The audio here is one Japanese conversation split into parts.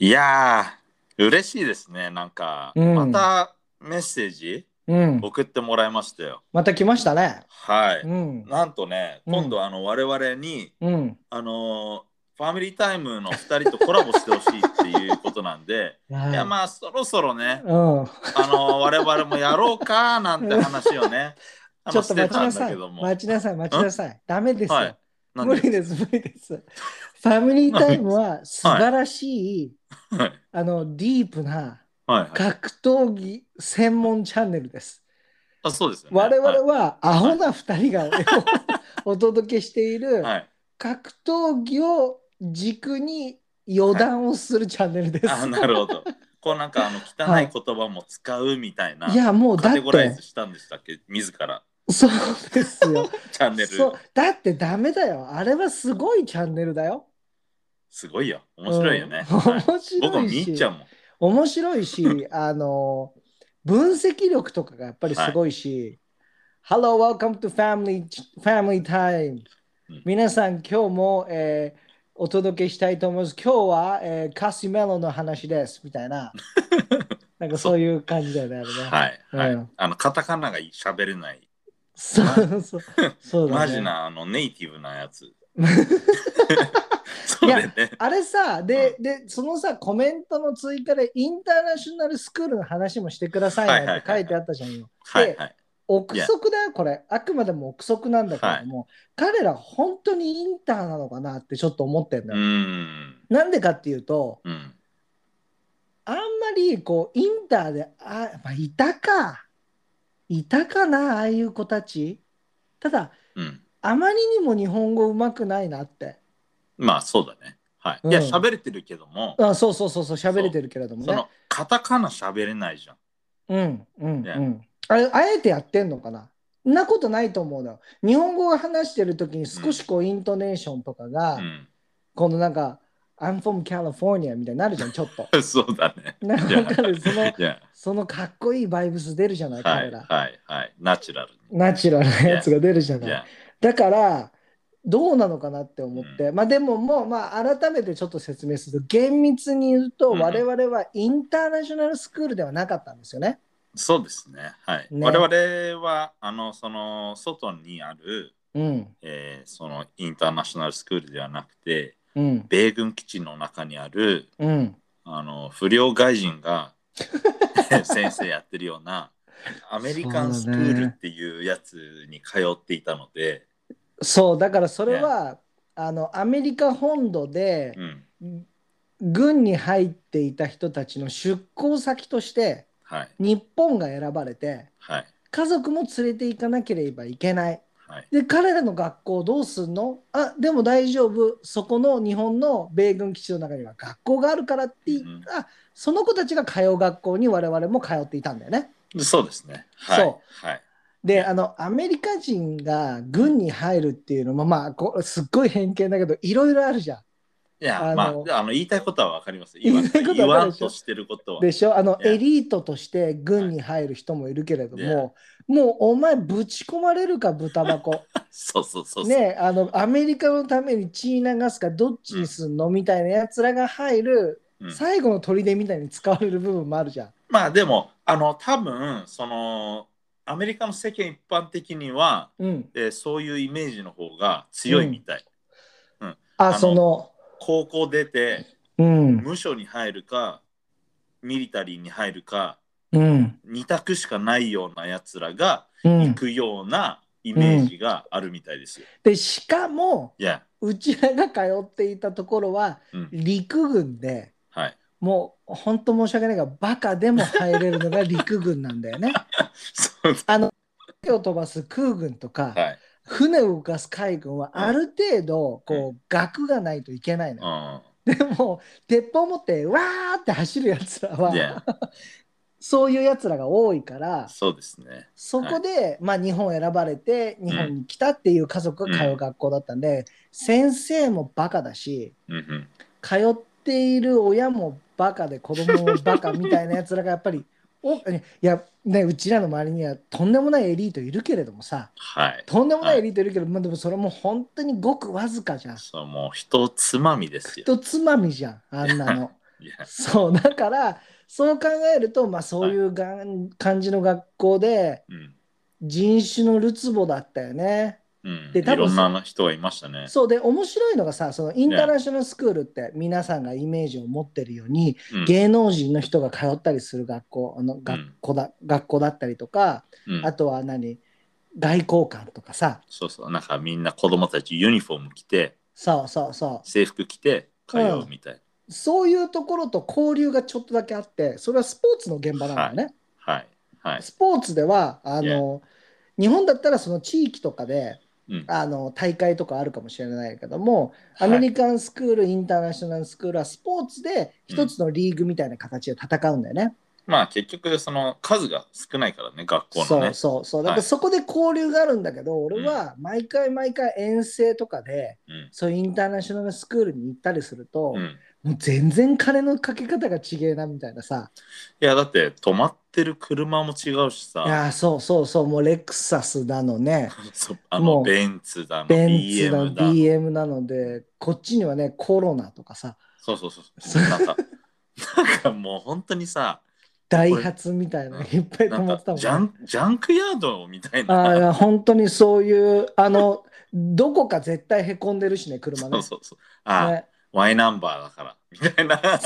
いやー、嬉しいですね。なんか、うんまたメッセージうん。送ってもらいましたよ。また来ましたね。はい。うん。 なんとね、うん今度あの我々に、うん。あのーファミリータイムの2人とコラボしてほしいっていうことなんで、いやいやまあそろそろね、うん。あのー我々もやろうかなんて話をね、あの ちしてょっと待ちたなんださい。けども。待ちなさい、待ちなさい。ダメですよ。はいなん無で理です、無理です。ファミリータイムは素晴らしい、はいあの、ディープなはいはい。格闘技専門チャンネルです。あそうですよね。我々はアホな2人が お届けしているはいはい格闘技を軸に予断をするチャンネルです。あなるほど。こうなんかあの汚い言葉も使うみたいな、いや、もうだカっテゴライてズ、したんでしたっけ自らそうですよ。チャンネルそうだってダメだよ。あれはすごいチャンネルだよ。すごいよ面白いよね、うんはい面白いし。僕も見入っちゃうもん面白 いし、あの、分析力とかがやっぱりすごいし、Hello, welcome to family, family time. うん皆さん、今日も、えーお届けしたいと思います。今日は、えーカシメロの話です、みたい な。なんかそういう感じだよね、あれね。はいはい、うんあのカタカナが喋れないそうそう。そうだねマジ。なあのネイティブなや つそいうやだよねあれさ、で、で、そのさ、コメントの追加で、インターナショナルスクールの話もしてくださいねって書いてあったじゃんよ。はいはい憶測だよ、これ。あくまでも憶測なんだけれども、彼ら本当にインターなのかなってちょっと思ってんうだよ。んなんでかっていうと、うんあんまりこう、インターで、あ、まあ、いたか。いたかな、ああいう子たち。ただ、うんあまりにも日本語うまくないなって。まあそうだねはい、うんいや喋れてるけども、あそうそうそうそう、喋れてるけれどもそね。のカタカナ喋れないじゃんうん、うん、ねうん。あれ、あえてやってんのかなそんなことないと思うのよ。日本語を話してるときに少しこう、イントネーションとかが、このなんか、I'm from California みたいになるじゃん、ちょっと。うん そうだねなわかる、その、いやそのかっこいいバイブス出るじゃない、は彼いら。はいはいナチュラルにナチュラルなやつが出るじゃいないや。だから、どうなのかなって思って、まあでももう、まあ改めてちょっと説明すると、厳密に言うと、うん我々はインターナショナルスクールではなかったんですよね。そうですねはいね我々はあのその外にある、うん、えーそのインターナショナルスクールではなくてうん、米軍基地の中にあるうん。あの不良外人 が先生やってるようなアメリカンスクールっていうやつに通っていたので、そう、だからそれは、あの、アメリカ本土で、うん軍に入っていた人たちの出向先として、はい日本が選ばれてはい家族も連れて行かなければいけないはいで彼らの学校どうすんのあでも大丈夫そこの日本の米軍基地の中には学校があるからって言うんあその子たちが通う学校に我々も通っていたんだよね。でそうですねはいそはいであのアメリカ人が軍に入るっていうのもまあこすっごい偏見だけどいろいろあるじゃん。いやあのまあであの言いたいことはわかります言いたいこと言はわかわるんでしょとしてることはでしょあの Yeah. エリートとして軍に入る人もいるけれども、もうお前ぶち込まれるか豚箱。 そうそうそうそう、ねあのアメリカのために血流すかどっちにすんの、みたいなやつらが入る、うん最後の砦みたいに使われる部分もあるじゃん。まあでもあの多分そのアメリカの世間一般的には、うん、えーそういうイメージの方が強いみたい、ああのその高校出てうん無所に入るかミリタリーに入るかうん二択しかないようなやつらがう行ん。くようなイメージがあるみたいですよ。でしかもいや、うちらが通っていたところはうん、陸軍ではい。もう本当申し訳ないがバカでも入れるのが陸軍なんだよね。そう飛行機を飛ばす空軍とか、はい。船を動かす海軍はある程度こう、額がないといけないのようでも鉄砲持ってわーって走るやつらん。いはや、そういうやつらが多いからそうですね。そこで、まあ、日本を選ばれて日本に来たっていう家族が通う学校だったんで、先生もバカだしうんうん。通っている親もバカで子供もバカみたいなやつらがやっぱりおいや、ね、うちらの周りにはとんでもないエリートいるけれどもさはい。とんでもないエリートいるけど、まあ、でもそれも本当にごくわずかじゃん。そう、もう、人つまみですよ。 とつまみじゃんあんなの。 Yeah. そうだからそう考えると、まあ、そういうがん感じの学校でうん。人種のるつぼだったよね。うん。でい多分ろんな人がいましたね。そうで面白いのがさそのインターナショナルスクールって皆さんがイメージを持ってるようにうん芸能人の人が通ったりする学校あの学校だ、学校だったりとかうんあとは何外交官とかさそうそう。なんかみんな子供たちユニフォーム着て、そうそうそ制服着て通うみたい。うそういうところと交流がちょっとだけあってそれはスポーツの現場なんだよね。はい。はい。スポーツではあの、日本だったらその地域とかでうん。あの大会とかあるかもしれないけどもアはいメリカンスクール、インターナショナルスクールはスポーツで一つのリーグみたいな形で戦うんだよね。まあ結局その数が少ないからね、学校のそねう。そうそうだかはいらそこで交流があるんだけど、俺は毎回毎回遠征とかでうん。そういうインターナショナルスクールに行ったりすると、うん。もう全然金のかけ方が違えなみたいなさいやだって止まってる車も違うしいさ、やーそうそうそうもうレクサスだのね。 そうあものうベンツだの、ベンツ BM のだの、 BM なので、こっちにはね、コロナとかさ、そうそうそうそそうう、なんかなんかもう本当に さ、ダイハツみたいなのいっぱいな止んまってたかもん、ジね。ャンジャンクヤードみたいあな、あ、本当にそういう、あの、どこか絶対へこんでるしね、車そうね。そうそう、あ、ね Y ナンバーだからみたいな、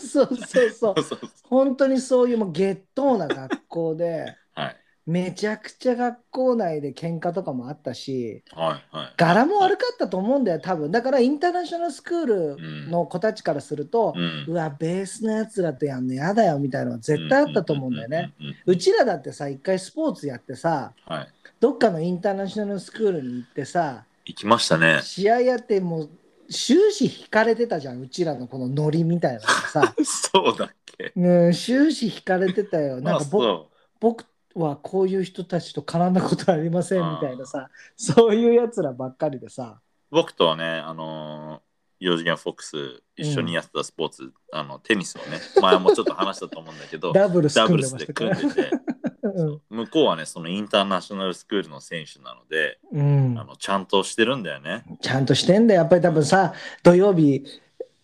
そうそうそ そ。ううそうそう本当にそういうもうゲットーな学校で、はいめちゃくちゃ学校内で喧嘩とかもあったし、はいはい、柄も悪かったと思うんだよ、多分。だからインターナショナルスクールの子たちからすると、うんう、わベースのやつらとやんのやだよみたいなのは絶対あったと思うんだよね。うん。うんうんうちらだってさ一回スポーツやってさうんはい、どっかのインターナショナルスクールに行ってさ行きました ね。試合やってもう終始引かれてたじゃんうちらのこのノリみたいなの さそうだっけ。うん終始引かれてたよまなんあかぼそ僕はこういう人たちと絡んだことありませんみたいなさそういうやつらばっかりでさう僕とはね、あのー四次元フォックス一緒にやってたスポーツ、あのテニスをね前もちょっと話したと思うんだけど ダブルスダブ組んルでスまでした組かんら。でてうん向こうはねそのインターナショナルスクールの選手なので、 うんあのちゃんとしてるんだよねちゃんとしてんだよ。やっぱり多分さ、土曜日、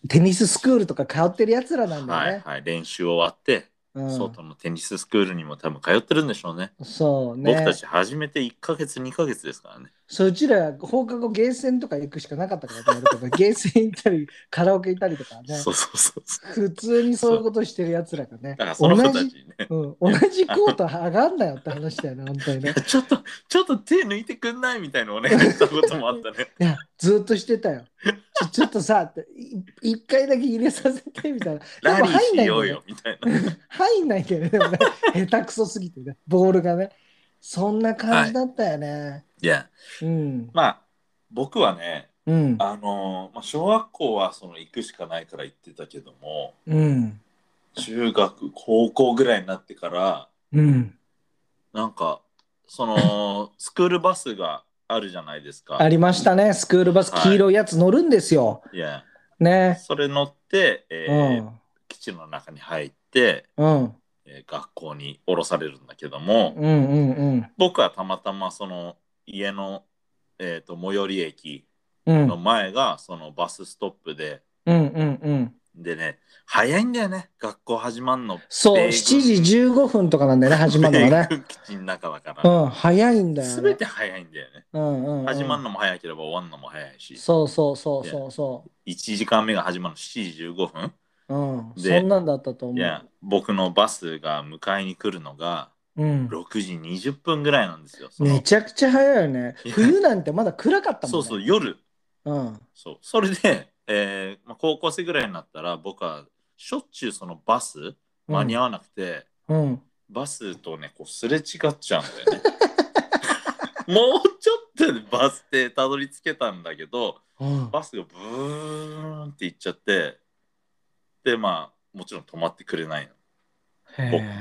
テニススクールとか通ってるやつらなんだはよいね。はい練習終わって、うん、外のテニススクールにも多分通ってるんでしょうねそうね。僕たち始めて1ヶ月2ヶ月ですからねそううちら放課後ゲーセンとか行くしかなかったからね、 俺とかゲーセン行ったり、カラオケ行ったりとかね。そうそうそうそう普通にそういうことしてるやつらがだね から。そ同の子たちじ、ねうん、同じコート上がんなよって話だよね、本当 にね。ちょっとちょっと手抜いてくんないみたいなお願いしたこともあった ねいや、ずっとしてたよ。ちょちょっとさ、ってい一回だけ入れさせてみたいな。ラリー入んないしんだよようねよみたいな入んないけどね、でも ね下手くそすぎてね、ボールがね。そんな感じだったよね。いやうん。まあ僕はねうん。あのーまあ、小学校はその行くしかないから行ってたけどもうん。中学高校ぐらいになってからうん。なんかそ のスクールバスがあるじゃないですか。ありましたね、スクールバス、はい黄色いやつ乗るんですよ。いやね。それ乗って、えうーん。基地の中に入って、うん。えー学校に降ろされるんだけども、うんうんうん。僕はたまたまその家の、えー、と最寄り駅うんの前がそのバスストップで。うんうんうん。でね早いんだよね学校始まんのそう、米軍7時15分とかなんだよね、始まるのはね。 米軍基地の中だかうら、ん、早いんだよ、ね。全て早いんだよね、うんうんうん、始まるのも早ければ終わるのも早いしそうそうそうそうそ1時間目が始まるの7時15分、う。うん。でそんなんだったと思いうや。僕のバスが迎えに来るのがうん。 6時20分ぐらいなんですよそのめちゃくちゃ早いよねい。や冬なんてまだ暗かったもんそうね。そう夜うん。そうそれで、 えーまあ、高校生ぐらいになったら僕はしょっちゅうそのバス間に合わなくて、うん。バスとねこうすれ違っちゃうんだよね もうちょっとでバス停たどり着けたんだけどうん。バスがブーンって行っちゃってでまあもちろん止まってくれないの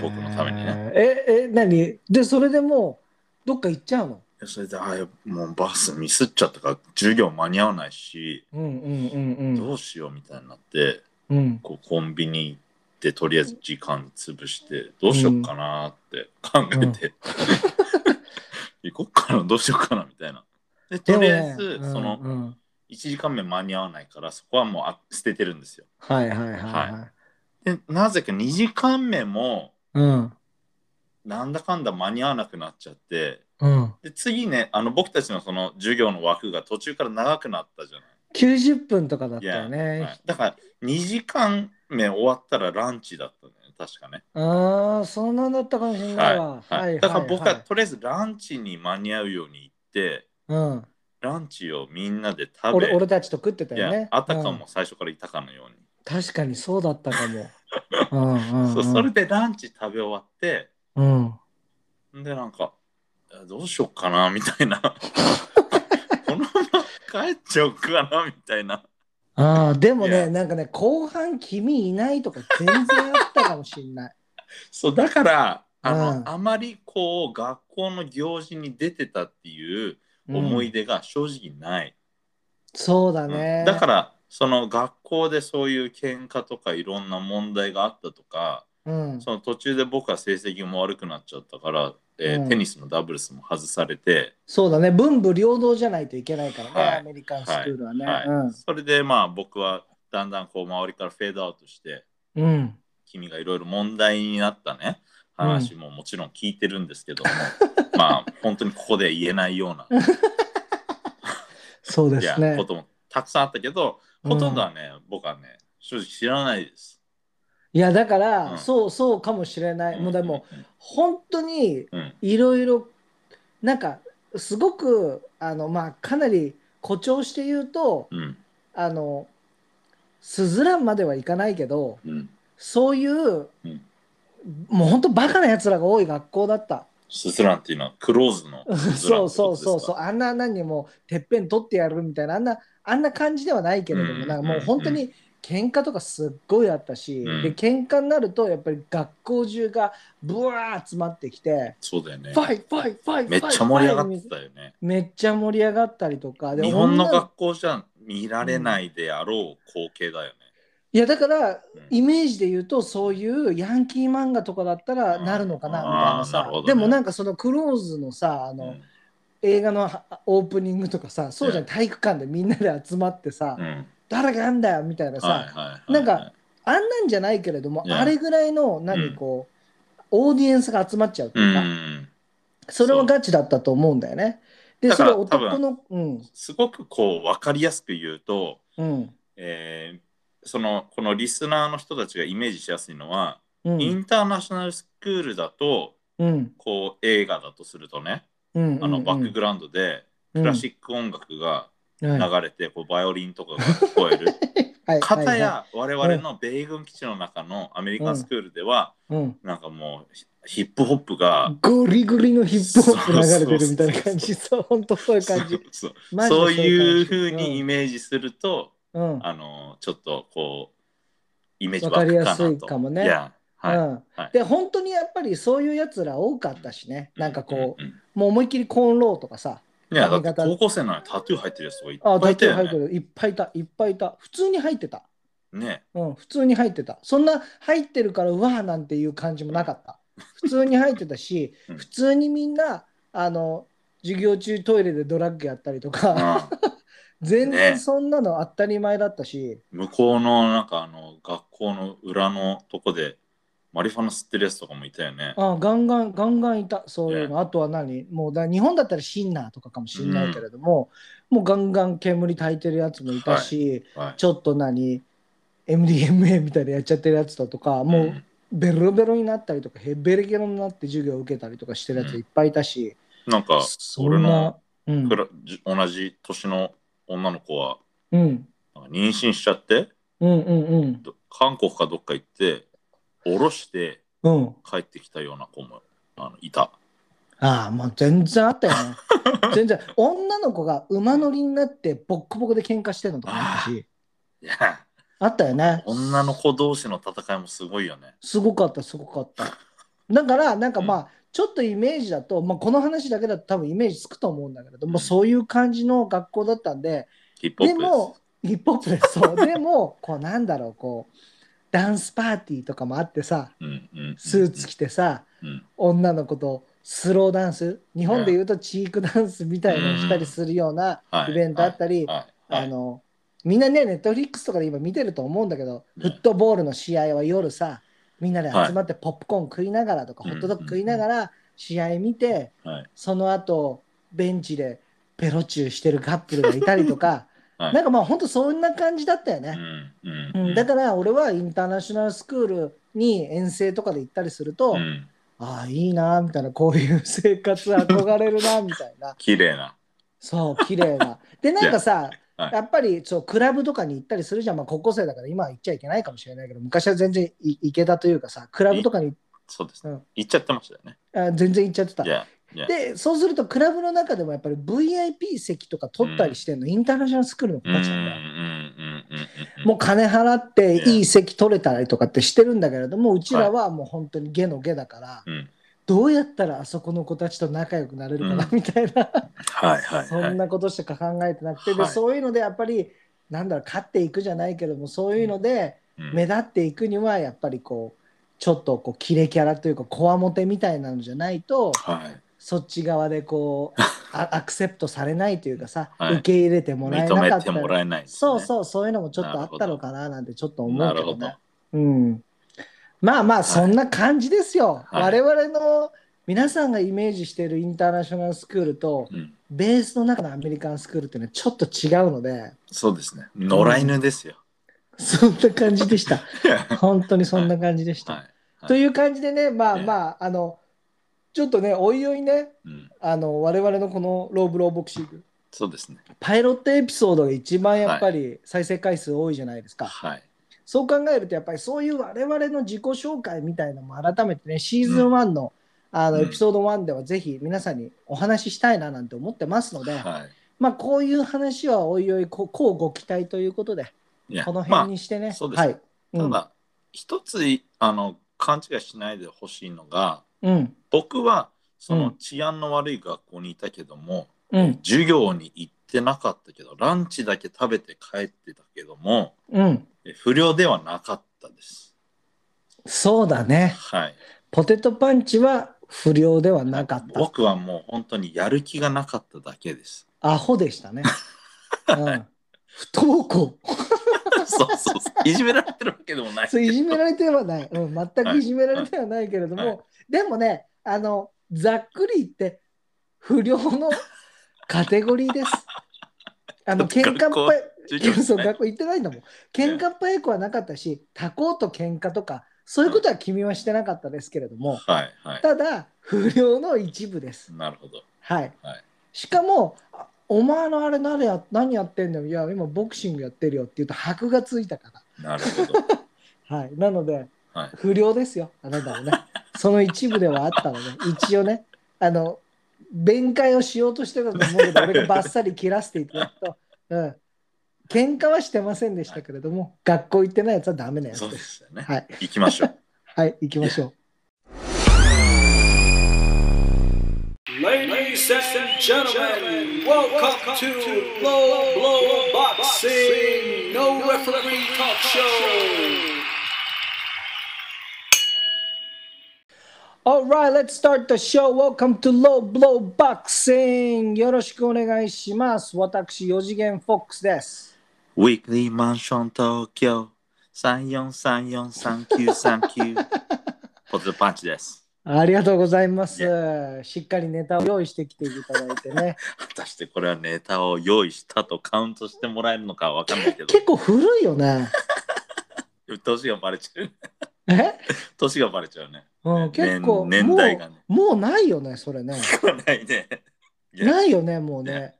僕僕のためにねえ、え、何で、それでもう、どっか行っちゃうのでそれであもうバスミスっちゃったから授業間に合わないしうんうんうんどうしようみたいになってうん。うん。こうコンビニ行ってとりあえず時間潰してどうしようかなって考えて、行こっかなどうしようかなみたいな。でとりあえず、でもねそのうんうん1時間目間に合わないからそこはもうあ捨ててるんですよ。はいはいはいは。はいでなぜか2時間目もうん。なんだかんだ間に合わなくなっちゃってうん。で次ねあの僕たちのその授業の枠が途中から長くなったじゃない90分とかだったよね。はいだから2時間目終わったらランチだったね確かね、ああ、そんなんだったかもしれないわ。はい。はいだから僕ははいとりあえずランチに間に合うように行ってうん。ランチをみんなで食べ俺俺たちと食ってたいよやね。あたかうんも最初からいたかのよう確かにそうだったか も。うんうんに、うんそうそれでランチ食べ終わってうん。でなんかあどうしよっかなみたいな このまま帰っちゃおうかなみたいなああ、でもいね、やなんかね、後半君いないとか全然あったかもしれない。そうだからあの、うんあまりこう学校の行事に出てたっていうう ん思い出が正直ない、そうだうんね。だからその学校でそういう喧嘩とかいろんな問題があったとか、ら、うん。その途中で僕は成績も悪くなっちゃったから、えーうんテニスのダブルスも外されて、そうだね、文武両道じゃないといけないからね、はいアメリカンスクールはね。はいそれでまあ僕はだんだんこう周りからフェードアウトしてうん。うん。君がいろいろ問題になったね話ももちろん聞いてるんですけども、 まあ本当にここで言えないような、そうでいすやねこ。ともたくさんあったけどほとんどはね、僕はね正直知らないです。いや、だから、うんそうそうかもしれない。もうでも、本当にうん、うんいろいろ、なんか、すごく、あの、まあ、かなり誇張して言うと、うんあの、スズランまではいかないけど、うん、そういう、うんもう本当バカなやつらが多い学校だった。スズランっていうのはクローズのスズランそっうてこそとうですかそうそう、あんな何にもてっぺん取ってやるみたいな、あんな、あんな感じではないけれどうも、んなんかもう本当に喧嘩とかすっごいあったし、うんで喧嘩になると、やっぱり学校中がブワー集まってきて、そうだよねフ。ァイファイファイファイめっちゃ盛り上がってた。たよね。めっちゃ盛り上がったりとか、で日本の女の学校じゃ見られないであろう光景だよね。いや、だから、うんイメージで言うと、そういうヤンキー漫画とかだったらなるのかな、うんみたいなあーなさるほど。ねでもなんかそのクローズのさ、あの、うん映画のはオープニングとかさそうじゃんう体育館でみんなで集まってさ、うん誰がやんだよみたいなさ、はいはいはいなんか、あんなんじゃないけれども、いやあれぐらいの何こう、オーディエンスが集まっちゃうってういうか、ん、それはガチだったと思うんだよね。でだかそれら男のうんすごくこう分かりやすく言うと、うんえーそのこのリスナーの人たちがイメージしやすいのは、うイんンターナショナルスクールだとうんこう映画だとするとね、うんあのバックグラウンドでクラシック音楽が流ッれて、こうバイオリンとかが聞こえる。はいかたはや我々の米軍基地の中のアメリカンスクールでは、いはいうんなんかもうヒヒップホップが、ゴリゴリのヒップホップ流れてるみたいな感じそう本当そういうそう感じそうマジでそういうふ感うじにイメージすると、うん、うんあのちょっとこうイメージわ湧かりくやかすないと。かもねいやはい、うんはいで本当にやっぱりそういうやつら多かったしねなんかこう。うもう思いっきりコーンローとかさいやだっ髪て型高校生なのにタトゥー入ってるやつとかいっぱあいだいったてよ入ってね。るいっぱいいたいっぱいいた普通に入ってたねうん普通に入ってたそんな入ってるからうわーなんていう感じもなかった普通に入ってたしうん普通にみんなあの授業中トイレでドラッグやったりとうかん全ね然そんなの当たり前だったし向こうのなんかあの学校の裏のとこでマリファナ吸ってるやつとかもいたよね。あガンガンガンガンいたそういねうのあとは何もうだ日本だったらシンナーとかかもしれないけれども、もうガンガン煙焚いてるやつもいたし、はいちょっと何 MDMA みたいなやっちゃってるやつだとかもうベロベロになったりとかへベレゲロになって授業を受けたりとかしてるやついっぱいいたし、うんなんかそ俺んのな、うんクラじ同じ年の女の子はうん、なんか妊娠しちゃってうんうんうんど韓国かどっか行って下ろしてうん帰ってきたような子もあのいた。ああもう全然あったよ ね全然女の子が馬乗りになってボッコボコで喧嘩してるのとかあったしいやあったよね女の子同士の戦いもすごいよね。すごかったすごかっただからなんかまあ、ちょっとイメージだと、まあ、この話だけだと多分イメージつくと思うんだけれども、うんそういう感じの学校だったんでヒップホでップです。もヒップホップですそうでもこうなんだろうこうダンスパーティーとかもあってさうんうんうんスーツ着てさ、うん女の子とスローダンス日本でいうとチークダンスみたいなのしたりするようなはいイベントあったり、はいはいあのみんなね、ネットフリックスとかで今見てると思うんだけど、フットボールの試合は夜さ、みんなで集まってポップコーン食いながらとか、はいホットドッグ食いながら試合見て、はいその後、ベンチでペロチューしてるカップルがいたりとか、 はいなんかまあ本当そんな感じだったよね。うんうん、だから俺はインターナショナルスクールに遠征とかで行ったりすると、うんああいいなみたいなこういう生活憧れるなみたいな綺麗な。そう綺麗 なでなんかはさ、いやっぱりそうクラブとかに行ったりするじゃん、まあ、高校生だから今は行っちゃいけないかもしれないけど昔は全然い行けたというかさクラブとかにそうですうねん。言っちゃってましたよね。あ全然行っちゃってたじゃあ、じゃあでそうするとクラブの中でもやっぱり VIP 席とか取ったりしてんの、インターナショナルスクールの子うんうんうたんちなんだようんうんうん。もう金払っていい席取れたりとかってしてるんだけれどもうちらはもう本当に下の下だから、うん。どうやったらあそこの子たちと仲良くなれるかなうみたいな、はいはいはい。そんなことしか考えてなくて、はいでそういうのでやっぱりなんだろう勝っていくじゃないけどもそういうのでうん目立っていくにはやっぱりこうちょっとこうキレキャラというかこわもてみたいなのじゃないとはい。そっち側でこ うあアクセプトされないというかさ、はい受け入れてもらえ認なかめってたりもらえないですね。そうそうそういうのもちょっとあったのかななんてちょっと思なうけるほどどね。。うん、まあまあそんな感じですよ、はい我々の皆さんがイメージしているインターナショナルスクールとうんベースの中のアメリカンスクールっていうのはちょっと違うのでそうですね。野良犬です よ。そんな感じでした 本当にそんな感じでした、はい。いという感じでねまあねまあ、あのちょっとねおいおいねうんあの我々のこのローブローボクシングそうですね。パイロットエピソードが一番やっぱり再生回数多いじゃないですか、はい。そう考えるとやっぱりそういう我々の自己紹介みたいなのも改めてねシーズン1の,、あのうんエピソード1ではぜひ皆さんにお話ししたいななんて思ってますので、はまあこういう話はおいおいこうこうご期待ということでい。いやこのまあ辺にしてね、そうですはい、うたんだ、一ついあの勘違いしないでほしいのが、うん僕はそうのん治安の悪い学校にいたけども、うん授業に行ってなかったけど、ランチだけ食べて帰ってたけども、うんえ不良ではなかったです。そうだねはい。ポテトパンチは不良ではなかった僕はもう本当にやる気がなかっただけ です。アホでし たね、うん、不登校そうそうそう。いじめられてるわけでもないけそど。ういじめられてはない、うん、全くいじめられてはないけれども、はいはいでもねあのざっくり言って不良のカテゴリーです あの喧嘩っぽい授業そうはい学校行ってないんだもん喧嘩っぽい子はなかったし他校と喧嘩とかそういうことは君はしてなかったですけれども、はいはい。ただ不良の一部ですなるほど。はい、はいしかもあお前のあれ何や何やってんのよいや今ボクシングやってるよって言うと箔がついたかならるほ ど。はい、なので、はい不良ですよ、あなたはね。その一部ではあったので、一応ね、あの、弁解をしようとしてたと思うけど、俺がバッサリ切らせていただくと、うん、喧嘩はしてませんでしたけれども、学校行ってないやつはダメなやつそうで。ですすよね。はい、行きましょう。はい、行きましょう。 Ladies and gentlemen, welcome to Low Blow Boxing No Referee Talk Show. Alright, let's start the show. Welcome to Low Blow Boxing. よろしくお願いします。私、四次元フォックスです。ウィークリーマンション東京34343939 ポテトパンチです。ありがとうございます。しっかりネタを用意してきていただいてね。果たしてこれはネタを用意したとカウントしてもらえるのかわかんないけ結構古いよね。 ど、年がバレちゃう。 え、年がバレちゃうね。うん、結構年年代がね。もうもうないよねそれね。聞かないね。 いやないよねもうね。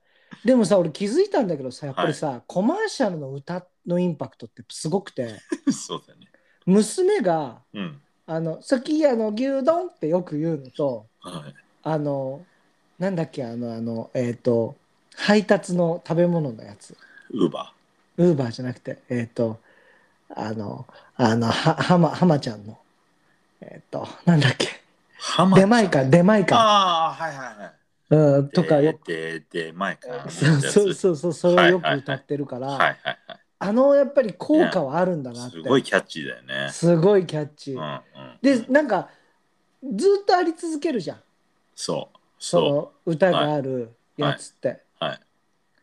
でもさ俺気づいたんだけどさやっぱりさ、コマーシャルの歌のインパクトってすごくてそうだね。娘がうん。あの「好きやの牛丼」ってよく言うのとはい。あのなんだっけあのあのえっ、と配達の食べ物のやつウーバウーバーじゃなくてえっ、とあのあのははまはまちゃんのえっ、となんだっけー。ハマ出前か出前かああ、はいはいはい。うん、とかよく。で、で、で前か。そうそうう。そうそう、それをよく歌ってるから、はいはいあのやっぱり効果はあるんだはなっい。て。すごいキャッチーだよね。すごいキャッチうんうー。ん。で、なんか、ずっとあり続けるじゃん。そう。そその歌があるやつって。う。はい。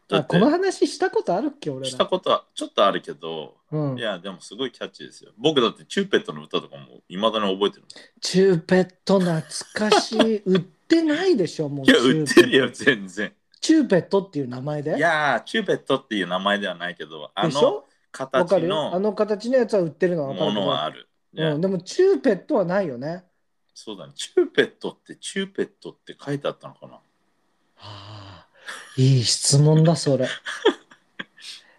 だあってこの話したことあるっけ俺らしたことはちょっとあるけど、うんい、や、でもすごいキャッチーですよ。僕だってチューペットの歌とかもいまだに覚えてるチューペット懐かし い売ってないでしょももん。ういや、売ってるよ、チューペット全然。チューペットっていう名前でいやー、チューペットっていう名前ではないけど、あでしのょわか形るよあのの形のやつは売ってるのはわかもるけのどはある。いやうん、でもチューペットはないよねそうだね。チューペットってチューペットって書いてあったのかなはあいい質問だそれ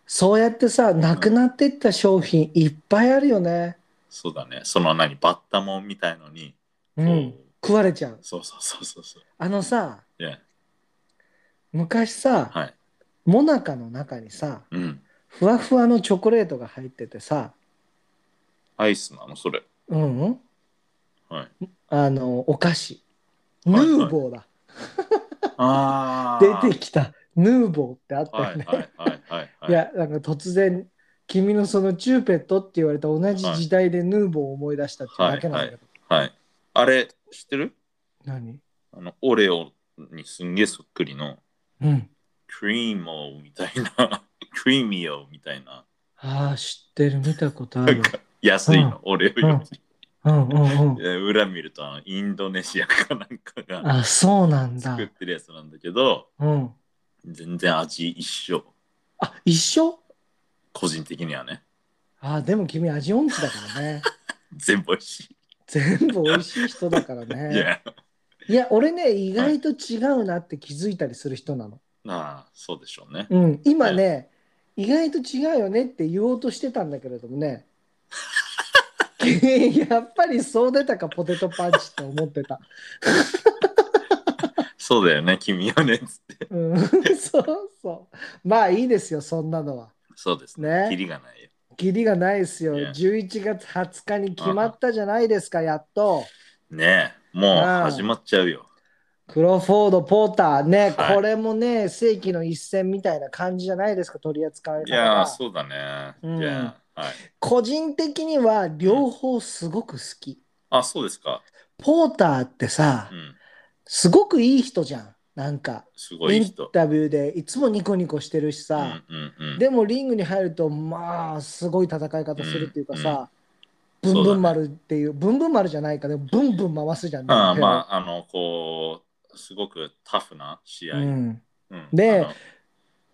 そうやってさなくなってった商品いっぱいあるよねそうだね。その何、バッタモンみたいのに、うこん食われちゃうそうそうそうそうそう。あのさいや、昔さ、はい。モナカの中にさうん。ふわふわのチョコレートが入っててさアイスなの、それ。うんうんはい。あのお菓子ヌはいはいーボーだ、あ出てきたヌーボーってあったよね、はいはいはいはい、はい。い、やなんか突然君のそのチューペットって言われた同じ時代でヌーボーを思い出したっていうだけなんだけど、はい。あれ、知ってる何あの、オレオにすんげえそっくりの、うんクリーモーみたいな、 クリーミオみたいな、ああ知ってる見たことあなんるか安いの、オレオより。うんうんうんいや裏見るとあの、インドネシアかなんかがあそうなんだ作ってるやつなんだけど、うん全然味一緒。あ一緒個人的にはね、ああでも君味音痴だか らね全部美味しい。全部美味しい人だからねいや、いや俺ね意外と違うなって気づいたりする人なの、なあ、そうでしょうね。うん、今ね、意外と違うよねって言おうとしてたんだけれどもね やっぱりそう出たかポテトパンチって思ってた、そうだよね、君はね、つって。うん、 そうそうまあいいですよそんなのはそうですね。ねキリがないよ。キリがないですよいや11月20日に決まったじゃないですかやっとねえ、もうああ始まっちゃうよ。クロフォード・ポーターねはいこれもね世紀の一戦みたいな感じじゃないですか取り扱われい方やー、がそうだね。うんいやー、はい。個人的には両方すごく好きあ、そうですか。ポーターってさ、うん。すごくいい人じゃん。なんか、すごいイいいン人。タビューでいつもニコニコしてるしうんさ、うんうん。でもリングに入ると、まあ、すごい戦い方するっていうかさ、うんブンブン丸っていう、ブンブン丸じゃないかね、ブンブン回すじゃん。ああ手をまあ、あの、こう、すごくタフな試合。ううんんでで、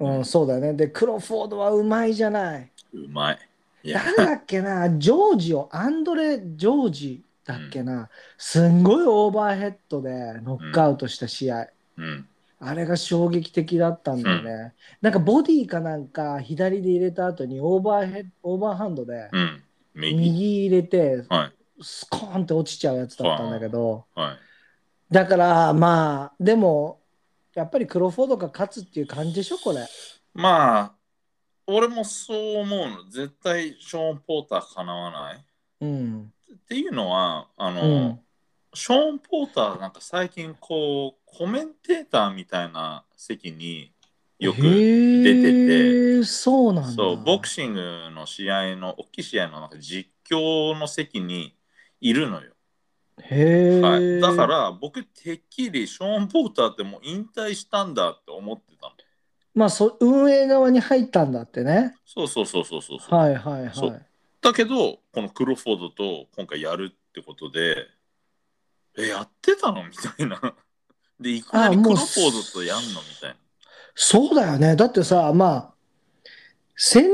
ううんん、そうだね。で、クロフォードはうまいじゃない。あのうまい。いや、誰だっけな、ジョージを、アンドレ・ジョージだっけな、すんごいオーバーヘッドでノックアウトした試合。うん。あれが衝撃的だったんだよね。なんかボディかなんか左で入れた後にオーバーヘッドオーバーハンドでうん。右。右入れてはスコーンって落ちちゃうやつだったんだけど、い。はい。だからまあでもやっぱりクロフォードが勝つっていう感じでしょこれ。まあ、俺もそう思うの。絶対、ショーン・ポーターかなわない。うん。っていうのは、あの、うん。ショーン・ポーターなんか最近こうコメンテーターみたいな席によく出てて、て。そうなんだ。そうボクシングの試合の大きい試合のなんか実況の席にいるのよ、へえ、はい、だから僕てっきりショーン・ポーターってもう引退したんだって思ってたのまあそ運営側に入ったんだってね。そうそうそうそうそうそう、はいはいはそい。うだけどこのクロフォードと今回やるってことでえやってたのみたいなでいきなりあクもロうフォードとやんのみたいなそうだよね。だってさ、まあ、戦歴だ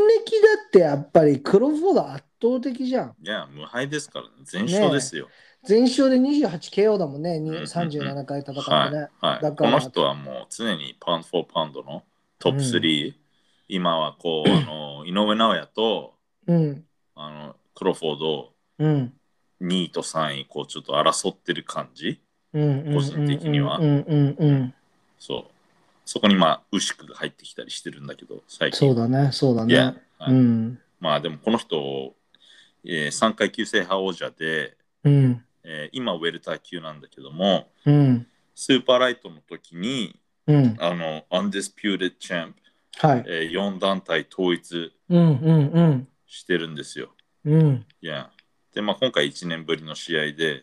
ってやっぱりクロフォード圧倒的じゃん。いや、無敗ですからね。全勝ですよ。全勝で 28KO だもんね、んうん37回戦ってね。はい。はい、だかこらの人はもう常にパウンド・フォー・パウンドのトップ3。今はこう、あ の、井上尚弥と、うん、あの、クロフォード、うん、 2位と3位、こう、ちょっと争ってる感じ。うん、うん。個人的にはうん、うん、うん。そう。そこにまあ、ウシクが入ってきたりしてるんだけど、最近。そうだね、そうだいやね。、はういん、まあでもこの人、えー、3階級制覇王者で、うん、えー今ウェルター級なんだけども、うん、スーパーライトの時に、うん。あの、アンディスピューテッチャンプ、はい。えー、4団体統一うん、うん、うん。してるんですよ。うん、いや。で、まあ、今回1年ぶりの試合で、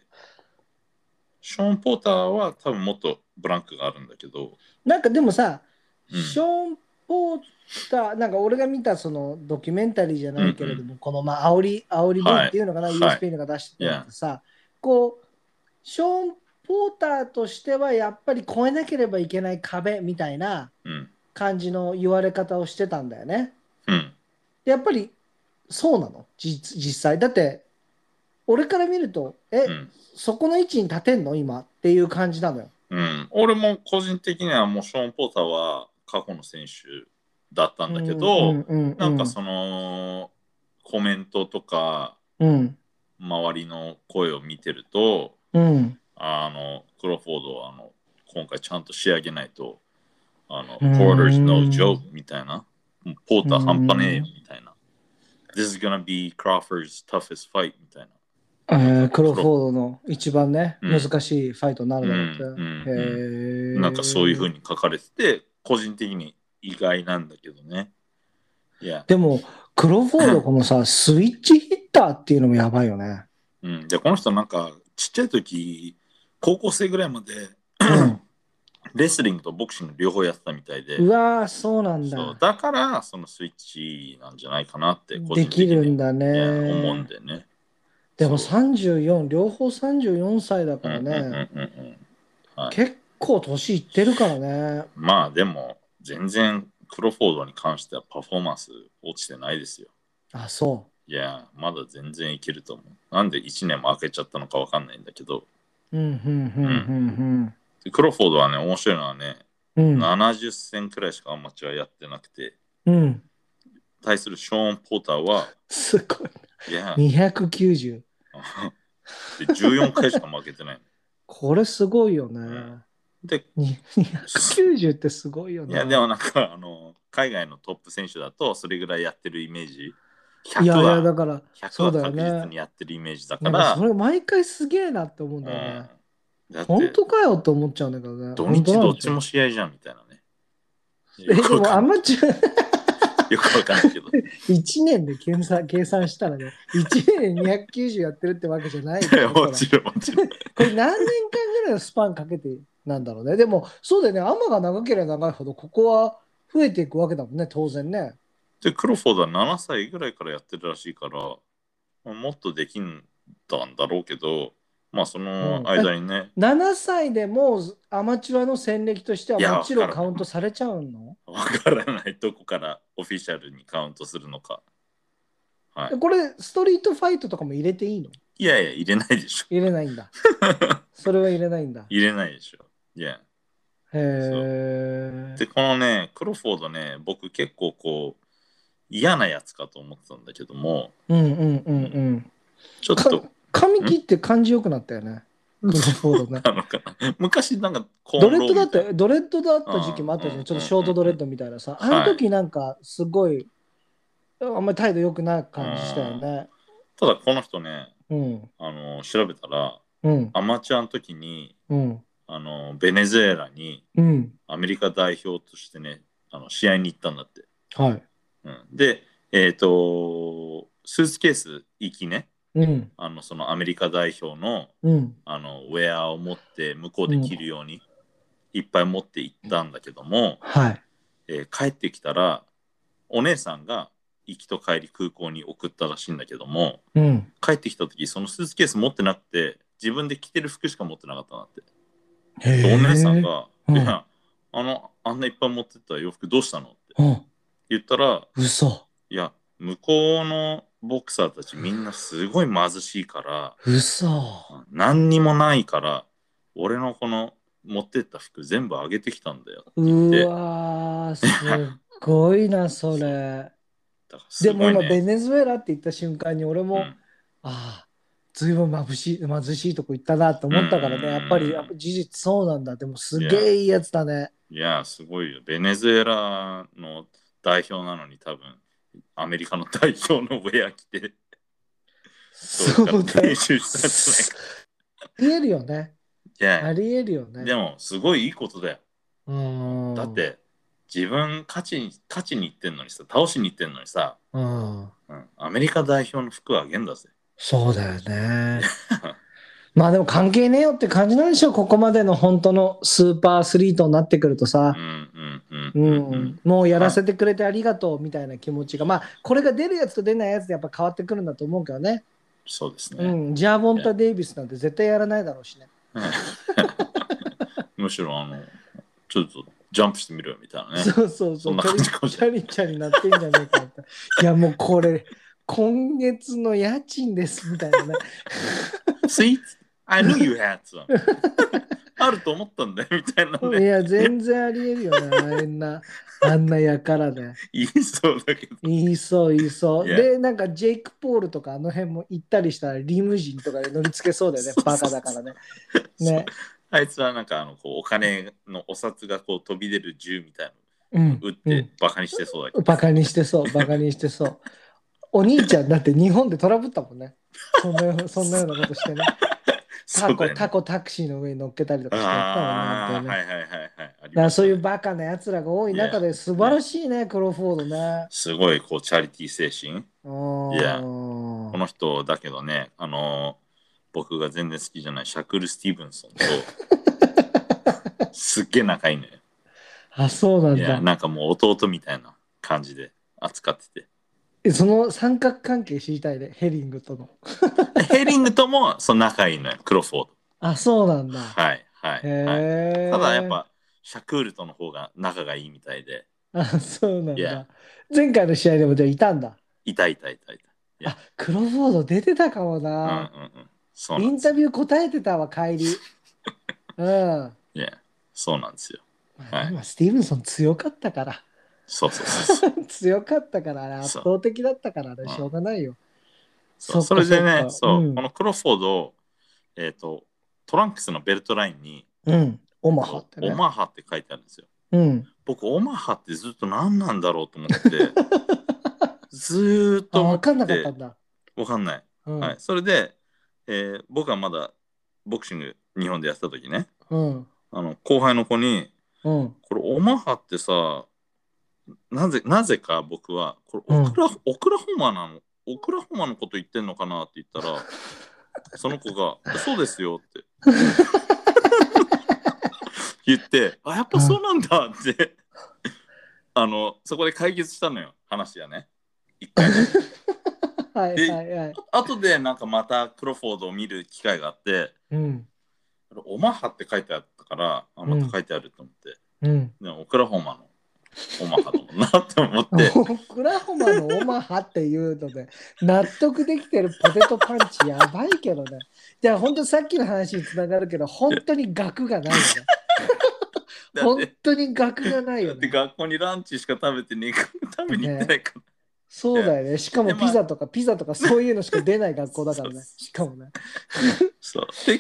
ショーン・ポーターは多分もっとブランクがあるんだけど、なんかでもさ、うんショーン・ポーター、なんか俺が見たそのドキュメンタリーじゃないけれども、このまあ煽り、煽り文っていうのかな、はい USP のが出してたのってさ、こう、ショーン・ポーターとしてはやっぱり越えなければいけない壁みたいなうん。感じの言われ方をしてたんだよね。うん。でやっぱりそうなの、実実際。だって、俺から見ると、え、うん。そこの位置に立てんの今っていう感じなのよ。うん、俺も個人的にはもうショーン・ポーターは過去の選手だったんだけど、うんうんうなんかそのコメントとかうん周りの声を見てるとうんあのクロフォードはあの今回ちゃんと仕上げないとあのうん Porter's no joke みたいなポーター半端ねえようみたいな This is gonna be Crawford's toughest fight みたいなえークロフォードの一番ね、うん難しいファイトになるだろうって。うんうんへーなんかそういうふうに書かれてて個人的に意外なんだけどねいや、でも、クロフォードこのさ、スイッチヒッターっていうのもやばい よね。うん、でこの人なんかちっちゃい時高校生ぐらいまでレスリングとボクシング両方やってたみたいでうわー、そうなんそうだだ。からそのスイッチなんじゃないかなって個人で的きにるんだいや思うんね。でね。でもそ34、両方34歳だからうんうんうんね。うんはい結構年いってるからね。まあでも全然クロフォードに関してはパフォーマンス落ちてないですよ。あ、そいやまだ全然いけると思う。なんで1年も空けちゃったのかわかんないんだけどう。うん、うん、うん、うん、でクロフォードはね面白いのはね、うん。うん70戦くらいしかアマチュアやってなくてうん。対するショーン・ポーターはすごい。いや290。で14回しか負けてないの。これすごいよんね。でに290ってすごいよいね。やでもなんかあの海外のトップ選手だとそれぐらいやってるイメージ100はいやいやだから、 100そうはだよ確ね実にやってるイメージだかなんからそれ毎回すげえなって思うんだよね。うんだって本当かよって思っちゃうんだけどね。土日どっちも本試合じゃんみたいなね当なよんですよ。え、くでもアわマチュア かんないけど1年で計算計算したらね、1年で290やってるってわけじゃないい やこれもちろんもちろんこれ何年間ぐらいのスパンかけてなんだろうね。でも、そうだよね。アマが長ければ長いほど、ここは増えていくわけだもんね、当然ね。でクロフォードは7歳ぐらいからやってるらしいからまあもっとできんだんだろうけどまあその間にね、 7歳でもうアマチュアの戦歴としてはいやもちろわんかカるウントされちゃうのわからないどこからオフィシャルにカウントするのかはいこれストリートファイトとかも入れていいのいやいや入れないでしょ入れない んだ。それは入れないんだ。入れないでしょいやへーでこのねクロフォードね僕結構こう嫌なやつかと思ってたんだけどもうんうんうんうん。ちょっと髪切って感じよくなったよね。クロフォード ね。なのかな昔なんかコドンレロッードみだったいて、ドレッドだった時期もあったじうんうゃんん。ちょっとショートドレッドみたいなさ。あの時なんかすごい、あんまり態度良くない感じしたよね。ただこの人ねうん。あの調べたらうん。アマチュアの時にうん。あのベネズエラにうん。アメリカ代表としてねあの試合に行ったんだって、はい。うん、でえっ、とスーツケース行きねうん。あのそのアメリカ代表のうん。あのウェアを持って向こうで着るようにいっぱい持って行ったんだけども、はい。えー帰ってきたらお姉さんが行きと帰り空港に送ったらしいんだけどもうん。帰ってきた時そのスーツケース持ってなくて自分で着てる服しか持ってなかったなって、おでお姉さんが「うんいやあのあんないっぱい持ってった洋服どうしたの?」ってうん。言ったら嘘。 「いや向こうのボクサーたちみんなすごい貧しいから」嘘。何にもないから俺のこの持ってった服全部あげてきたんだようわー、すっごいな、それ。だから すでごもい、ね、今、ベネズエラって言った瞬間に、俺も、うんああ、ずいぶん貧しい、貧しいとこ行ったなと思ったからうんね、やっぱり、やっぱ事実そうなんだ。でも、すげえいいやつだね。いやすごいよベネズエラの代表なのに多分アメリカの代表のウェア着てそうだからだ練よ。習したんじ ありえるよね。ゃないあいりえるよやね。でもすごいいいことだようん。だっ、て自分勝ちに勝ちに行ってんのにさ倒しに行ってんのにさ、うん。うん、アメリカ代表の服あげんだぜそうだよ ね。まあでも関係ねえよって感じなんでしょここまでの本当のスーパーアスリートになってくるとさう。んうんうんうんううんん、もうやらせてくれてありがとうみたいな気持ちが、まあ、これが出るやつと出ないやつでやっぱ変わってくるんだと思うけどね、そうですうね。ん、ジャーボンタ・デイビスなんて絶対やらないだろうしね。むしろ、あの、ちょっとジャンプしてみるよみたいなね。そうそうそそうんな感じかもチしャれリチャリなってんじゃねえかっていやもうこれ今月の家賃ですみたいなね See? I knew you had some. あると思ったんだよみたいないね。や全然ありえるよねあんなあんなやからで、言いそうだけど。言いそう言いそういやでなんかジェイク・ポールとかあの辺も行ったりしたらリムジンとかで乗り付けそうだよねバカだからねねあいつはなんかあのこうお金のお札がこう飛び出る銃みたいなうんの打ってバカにしてそうだけど。バカにしてそうバカにしてそうお兄ちゃんだって日本でトラブったもんねそんなよ うそんなようなことしてねそタうだコよねタコタクシーの上に乗っけたりとかしてやったもんねああ、本当はにいねはいはいはいありましたね。だからそういうバカなやつらが多い中で素晴らしいね、クロフォードね。すごいこうチャリティー精神。うん Yeah この人だけどね、あのー僕が全然好きじゃないシャクル・スティーブンソンとすっげえ仲いいのよ。あ、そうなんいや、だ。なんかもう弟みたいな感じで扱ってて。えその三角関係知りたいね、ヘリングとの。ヘリングともその仲いいのよ、クロフォード。あ、そうなんだ。はいはい、はい。へえ。ただやっ。ぱシャクールとの方が仲がいいみたいで、あ、そうなん Yeah だ。前回の試合でもじゃあいたんだ。いたいたいたいあ、クロフォード出てたかもた。うんな。うんうん。そうイなんンですタよ。ビュー答えてたわ、帰り。 うん。いや、そうなんですよ。まあはいでもスティーブンソン強かったから。 そうそうそうそう。強かったからあれ圧そう倒的だったからあれうんしょうがないよ。そうっそかれでねっかそう、うんこのクロフォードを、えー、とトランクスのベルトラインにうん。「オマハってね。オマハ」って書いてあるんですよ。うん。僕オマハってずっと何なんだろうと思 ってずーっあ、と思わってかんなかったんだ。わかんない、うん。はい、それで、えー僕はまだボクシング日本でやってた時ねうん。あの後輩の子にうん。 「これオマハってさなぜなぜか僕はこれうんオクラ,、オクラホマなのオクラホマのこと言ってんのかな?」って言ったらその子が「そうですよ」って言って「あやっぱそうなんだ」ってあのそこで解決したのよ話がね一回ねはいはいはい。後でなんかまたクロフォードを見る機会があってうん。 「オマハ」って書いてあったからあまた書いてあると思って。うん。でもオクラホマのオマハだもんなって思っ てオクラホマのオマハっていうので納得できてるポテトパンチやばいけどね。じゃあ本当さっきの話につながるけど本当に額がないよね。だっ本て当に額がない だよってね。学校にランチしか食べてねえから 食べに行ってないから、そうだよね。しかもでまあピザとかピザとかそういうのしか出ない学校だから ね。そうそうしかもね。そうで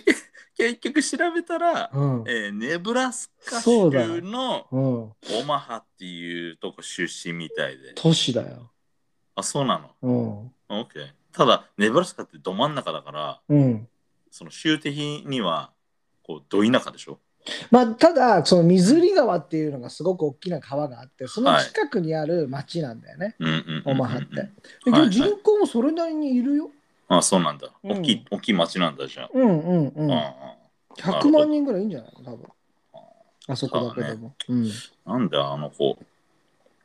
結局調べたら、うん。えーネブラスカそうだ州のうん。オマハっていうとこ出身みたいで都市だよ。あそうなのうん。 OK ただネブラスカってど真ん中だからうん。その州的にはこうど田舎でしょまあ、ただ、そのミズーリ川っていうのがすごく大きな川があって、その近くにある町なんだよね。うんうんうんうんうんオマハって。でうんはいはい人口もそれなりにいるよ。あそうなんだうん大きい、大きい町なんだじゃん、うんうんう。うんん100万人ぐらいいんじゃないの多分あ。あそこだけでも。うん。なんであの子、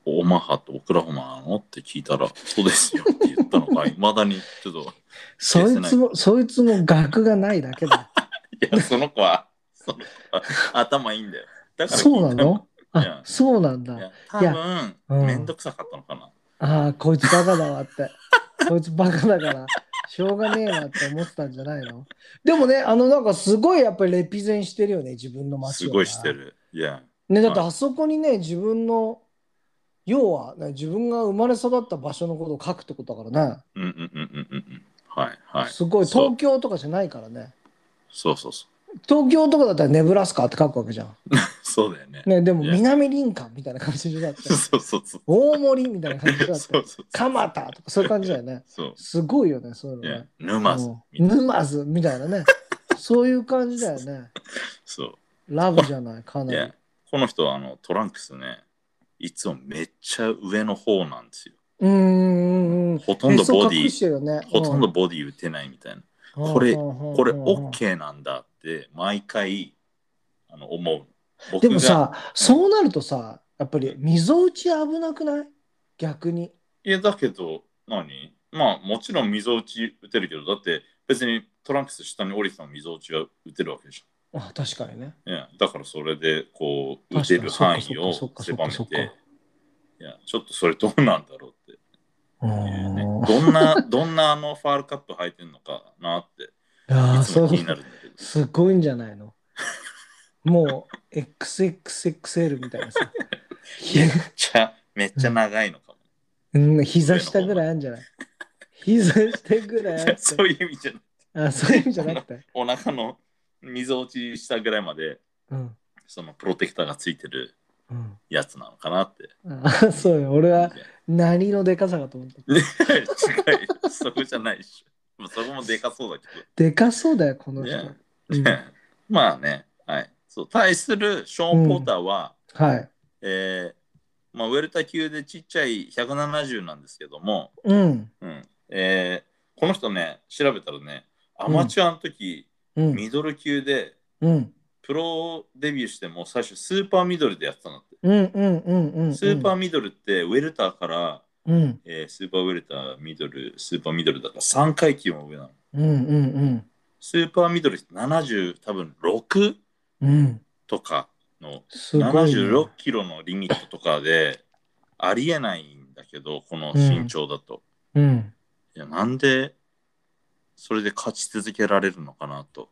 オマハとオクラホマなのって聞いたら、そうですよって言ったの が、いまだにちょっと、そいつも、そいつも額がないだけ だ。いや、その子は、その子は頭いいんだよ。だから聞いたそうなのいあや、そうなんだい。や、多分、うんめんどくさかったのかな。ああ、こいつバカだわ って。こいつバカだから、しょうがねえなって思ってたんじゃないのでもね、あの、なんかすごいやっぱりレピゼンしてるよね、自分の街をすなごいして。る。いや、ね、だってはいあそこにね、自分の、要は、ね、自分が生まれ育った場所のことを書くってことだからね。うんうんうんうんうんうん。はいはい。すごい、そう東京とかじゃないからね。そうそうそ東京とかだったらネブラスカって書くわけじゃん。う。そうだよね。ね、でもいや南林間みたいな感 じだってそ。うそうそうそう。大森みたいな感じだっそうて。そう。蒲田とかそういう感じだよね。そう。すごいよね、そういうのいねや。、沼津みたいな。沼津みたい なね。そういう感じだよね。そラブじゃない、かう。いなりや。、この人はあのトランクスね、いつもめっちゃ上の方なんですよ。うーん。ほとんどボデへそ隠しィ、てるよね、ほとんうどボディ打てないみたいな。んこれうんうんうんこれ OK なんだって毎回あの思う。僕でがもさ、そうなるとさ、やっぱり、溝打ち危なくない逆に。いや、だけど、何まあ、もちろん溝打ち打てるけど、だって別にトランクス下に降りてたの溝打ちは打てるわけでしあ、確かにね。ょ。ね、だからそれで、こう、打て確るか範に囲をそっかそっ狭かめそっかそっかて、いや、ちょっとそれどうなんだろうって。うねん。どんな、どんなあのファールカップ履いてんのかなって、ああ、いつそもう気になるんだけど。すごいんじゃないのも う XXXL みたいなさ。ひめっちゃ、めっちゃ長いのかも。うん、膝下ぐらいあるん じゃない膝下ぐらいあっいやて。 そういう意味じゃない。あ、そういう意味じゃなくて。お腹の溝落ちしたぐらいまで、うん。そのプロテクターがついてるうん、やつなのかな って。あそうよ。俺いは何のでかさかと思った。や違うそこじゃないっしょ。まあそこもでかそうだけでかそうだよ、このど。人。ねうん、まあね、はい。そう対するショーン・ポーターは、はい。えーまあ、ウェルタ級でちっちゃい170なんですけども、うん。うんえーこの人ね、調べたらね、アマチュアの時、うん。ミドル級で、うん。プロデビューしても最初スーパーミドルでやってたんだって。うんうんうんうん。スーパーミドルってウェルターから、うんえースーパーウェルター、ミドル、スーパーミドルだから3階級も上なの。うんうんスーパーミドルって70多分6うん。うん。とかのすごい、ね。 76キロのリミットとかでありえないんだけどこの身長だと、うん。いやなんでそれで勝ち続けられるのかなと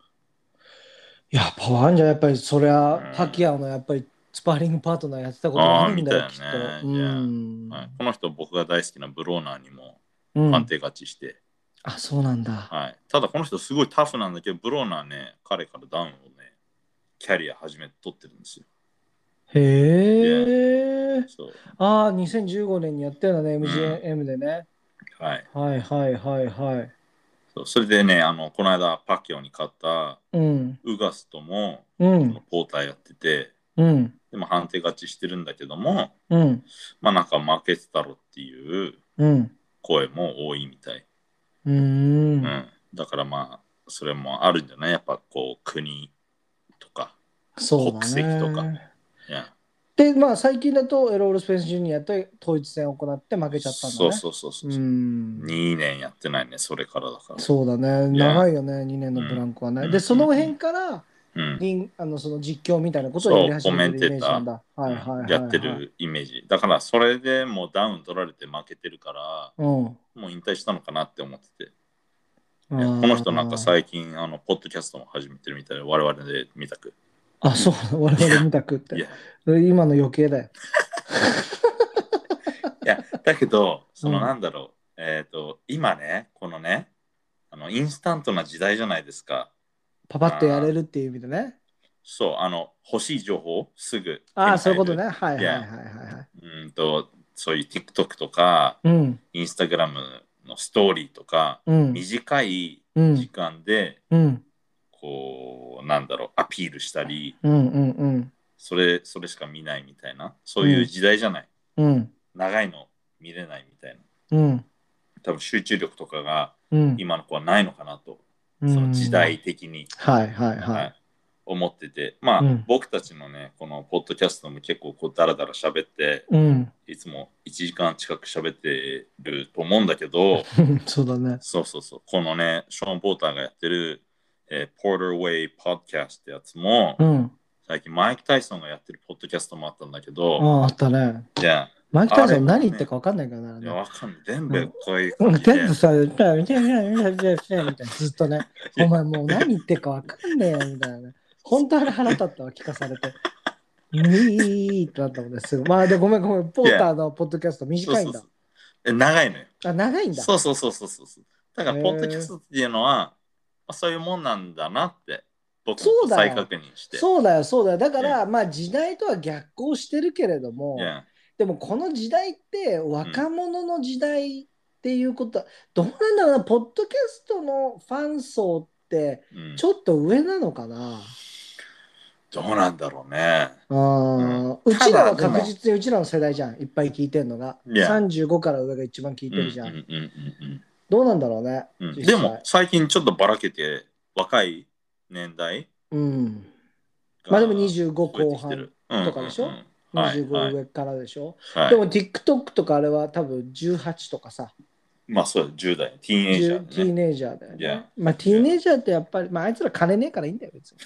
いや、パワーあんじゃんやっぱりそりうゃん、パキアオのやっぱりスパーリングパートナーやってたことがあるんだよ、あーきっみとたいね。うん。はい、この人僕が大好きなブローナーにもうん判定勝ちして、あ、そうなんだ。はい、ただこの人すごいタフなんだけどブローナーね彼からダウンをねキャリア始めて取ってるんですよへえ。そうああ、2015年にやったようなね、MGM でね。はいはいはいはいはい。そうそれでねあのこの間パキオに勝ったうん。ウガスともうそのん。ポーターやってて、うん。でも判定勝ちしてるんだけども、うん。まあなんか負けてたろっていううん。声も多いみたい。う。うんん。だからまあ、それもあるんじゃないやっぱこう、国とか。そうだね。国籍とかいやで、まあ最近だとエロール・スペンス・ジュニアと統一戦を行って負けちゃったんだね。そうそうそうそう。うん。 2年やってないね、それからだから。そうだね。いや長いよね、2年のブランクはね。うんで、その辺から、うん。リンあのその実況みたいなことをやり始めてるイメージなんだ。はいはいはい、はい。やって。るイメージ。だからそれでもうダウン取られて負けてるから、うん。もう引退したのかなって思ってて。こいやこの人なんか最近、あの、ポッドキャストも始めてるみたいで、我々で見たく。あ、 そう、我々見たくっいやて。、今の余計だよ。いやだけ どそうのんなんだろう、えっ、と今ねこのねあのインスタントな時代じゃないですかパパッとやれるっていう意味でね。そうあの欲しい情報すぐああ、そ手ういに入るうことね。はいはいはいはい。はい。うんとそういう TikTok とかうん、インスタグラムのストーリーとか、うん、短いうん、時間でうん、こうなんだろうアピールしたりうん、うん、うん、それそれしか見ないみたいなそういう時代じゃない、うん、長いの見れないみたいなうん、多分集中力とかがうん。今の子はないのかなと、うんその時。代的に。はいはいは。はいい、思ってて、まあ、うん僕たちのね、このポッドキャストも結構こうダラダラ喋って、うん、いつも1時間近く喋ってると思うんだけ ど、そうだね。そうそうそう、このね、ショーン・ポーターがやってる、えー、Porter Way Podcast ってやつも、うん。最近マイク・タイソンがやってるポッドキャストもあったんだけあど、あ、あったね。いや、マイク・タイソン何言ってるか分かんないからいやね。わかんない。全部こういうう感んじで、全部さ、みたいな、みたいな、みたいな、みたいな、ずっとね、お前もう何言ってるか分かんねえよ、みたいなね。本当あれ腹立ったわ、聞かされて。ういーってなったもんですぐ。まあ、で、ごめんごめん、ポーターのポッドキャストそう短いそんうそだう。。え長いのよ。あ、長いんだ。そうそうそうそうそうそう。だから、へーポッドキャストっていうのは、まあ、そういうもんなんだなって、僕そうもだ再よ確認して。そうだよ、そうだよ。だから、まあ、時代とは逆行してるけれども、 Yeah でもこの時代って若者の時代っていうことは、どうなんだろうな、ポッドキャストのファン層って、うんちょっと上なのかな。どうなんだろうね。あーうちらは確実にうちらの世代じゃんいっぱい聞いてんのが、いや35から上が一番聞いてるじゃん、うんうんうんどうなんだろうね、うんうん実際でも、最近ちょっとばらけて、若い年代うんがまあでも25増えて後きてる半とかでしょうんうんうんはいはい25上からでしょ、はでい。も TikTok とかあれは多分18とかさ、まあそうだ、10代、ティーンエイジャ10ティーーね。ネイジャーだよね。 Yeah. まあティーネイジャーってやっぱり、まああいつら金ねえからいいんだよ、別に。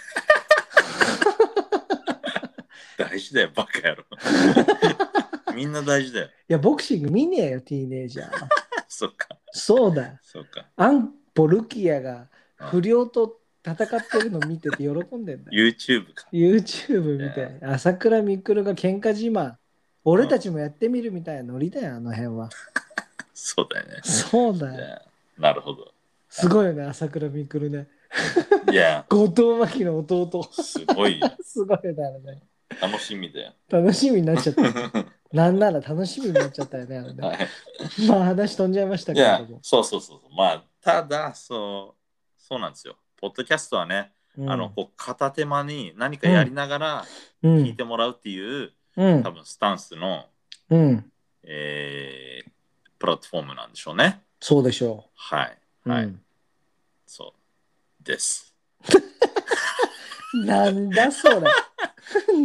大事だよ、バカや ろ。みんな大事だよ。いや、ボクシング見ねえよ、ティーネイジャ ー。そっか、そうだよ。そっか。アンポルキアが不良と戦ってるの見てて喜んでんだよ。 YouTube か。 YouTube 見て、朝倉未来が喧嘩自慢。俺たちもやってみるみたいなノリだよ、あの辺は。そうだよね。そうだよ。 Yeah なるほど。すごいよね、朝倉未来ね。いや、後藤真希の弟。すごいよ。すごいよね、あれね。楽しみだよ。楽しみになっちゃ った。なんなら楽しみになっちゃったよ ね。あれねはいまあ話飛んじゃいましたいけれやども、。そうそうそうそう。まあ、ただ、そう、そうなんですよ。ポッドキャストはね、うんあの、こう、片手間に何かやりながらう聞いんてもらうっていう、うん多分スタンスの、うん、えー、プラットフォームなんでしょうね。そうでしょはい。う。はい。うんそう。です。なんだそ れ。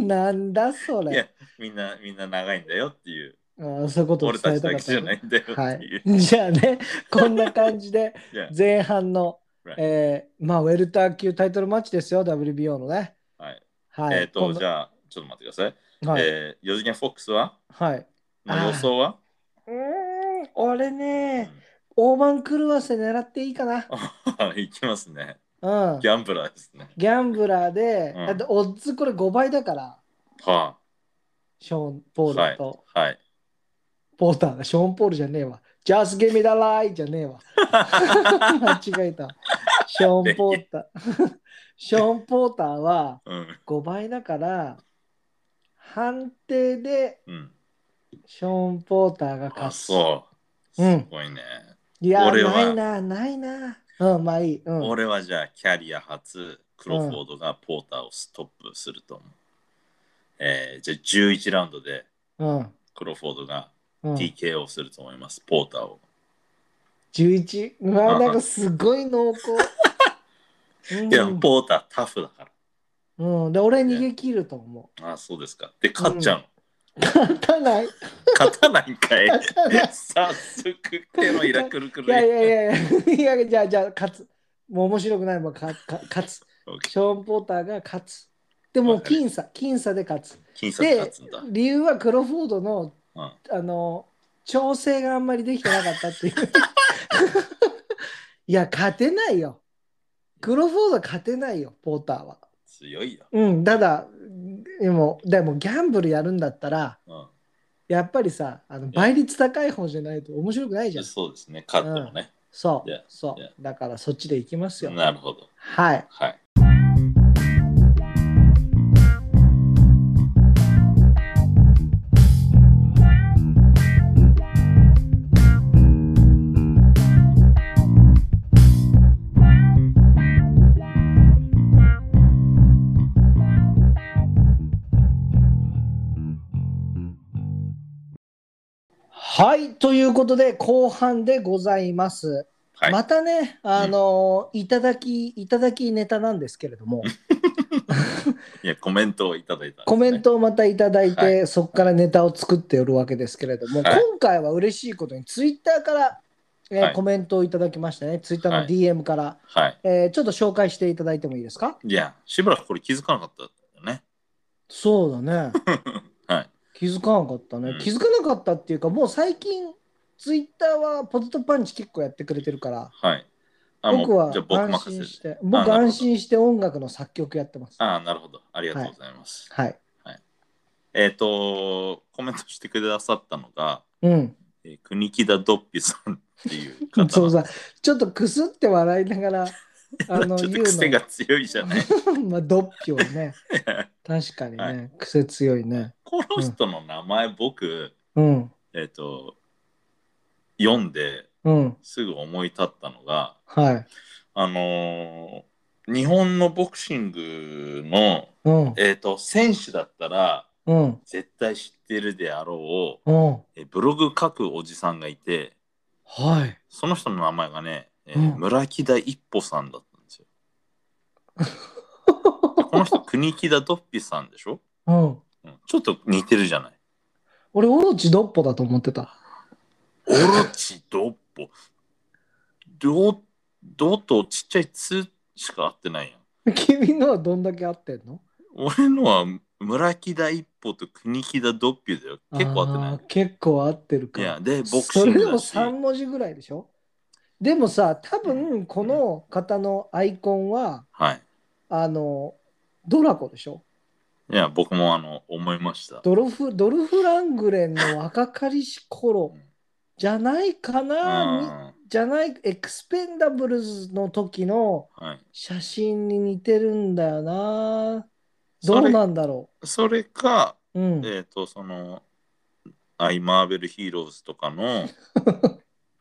なんだそいれや。、みんな、みんな長いんだよっていう、ああそういうことを俺伝たえちただかけっじたゃなね。いんだよってはいう。い。 じゃあね、こんな感じ でいや前半の、 Right. えーまあウェルター級タイトルマッチですよ、WBO のね。はいはい。えっ、今と、度じゃあ、ちょっと待ってください。はい。えー、4次元フォックスははい。の予想はうーん、俺うん ね、大盤狂わせ狙っていいかな。いきますね。うんギ。ャンブラーですね。ギャンブラーで、うんだってオッズこれ5倍だから、はショーン・ポールと、あ、はい。ポーターがショーン・ポールじゃねえわ。Just give me the lie じゃねえわ。 間違えた。ショーン・ポーター。 ショーン・ポーターはうん。 5倍だから、判定でうん。ショーン・ポーターがあ、勝つ。そう。すうんごいね。いや俺ー、なはいな、ないな。うん、まあいい。うん、俺はじゃあ、キャリア初、クロフォードがポーターをストップすると思う。えー、じゃあ、11ラウンドでうん、クロフォードがうん。 TKO すると思います、ポーターを。 11。うわ、なんかすごい濃 厚。いや、うんポータータフだかうん、で俺逃げ切ると思 ら。あ、そうですか。で、勝っちゃうの。う。勝たない。勝たないんかい。勝たない。早速、手のイラクルくるいやいやいやいや、いやじゃあ、じゃあ、勝つ。もう面白くないもん、かか勝つ。オッケーショーン・ポーターが勝つ。でもう僅差、僅差で勝つ。金さんで勝つんだ。、理由はクロフォードの、うんあの、調整があんまりできてなかったっていう。 いや、勝てないよ。クロフォードは勝てないよ、ポーターは。強いよ。うん、ただ、でも、でもギャンブルやるんだったら、うんやっぱりさ、あの倍率高い方じゃないと面白くないじゃん。そうですね、勝ってもね。そう、 Yeah, そう。 yeah. だからそっちで行きますよ。なるほど。はい。はい。はい。ということで、後半でございます。はい。またね、あのーいただき、いただきネタなんですけれども、いや、コメントをいただいたんですね、コメントをまたいただいて、はそこからネタを作っておるわけですけれども、はい今回は嬉しいことに、ツイッターから、えーはいコメントをいただきましたね。ツイッターはのい DM から、はい。えーちょっと紹介していただいてもいいですかいや、しばらくこれ気づかなかったよね。そ うだね。はい。気づかなかったね、うん気づかなかったっていうかもう最近ツイッターはポテトパンチ結構やってくれてるからはい。あもう僕はじゃあ僕安任心せしで。てなる僕ほど安心して音楽の作曲やってますああ、なるほど。ありがとうございます。はいえっ、と、コメントしてくださったのが、うんえー、国木田ドッピさんっていう方なんです。そうさちょっとくすって笑いながら あ のちょっと言癖うが強いじゃない。のまあドッピは ね確かにね、は癖強いねこの人の名前、僕、うんえっ、と、読んでうんすぐ思い立ったのが、はいあのー日本のボクシングの、うんえー、と選手だったらうん絶対知ってるであろううんえブログ書くおじさんがいてはいその人の名前がね、えーうん村木田一歩さんだったんですよ。 でこの人国木田ドッピさんでしょ、うんうん、ちょっと似てるじゃない。俺、オロチドッポだと思ってた。 オロチ、ドッポ。ド、ドとちっちゃいツしか合ってないやん。君のはどんだけ合ってんの俺のは村木田一歩と国木田ドッピュだよ。結構合ってあなー結構合ってるい。いや、か。で、ボクシそンれでグもだし。 3文字ぐらいでしょでもさ、多分この方のアイコンは、はい。あの、ドラコでしょいや、僕もあの、思いました。ドルフドルフ・ラングレンの若かりし頃じゃないかうんな、みじゃない、エクスペンダブルズの時のはい。写真に似てるんだよな。どそれうなんだろそれか、う。うん。えっ、と、その、アイ・マーベル・ヒーローズとか の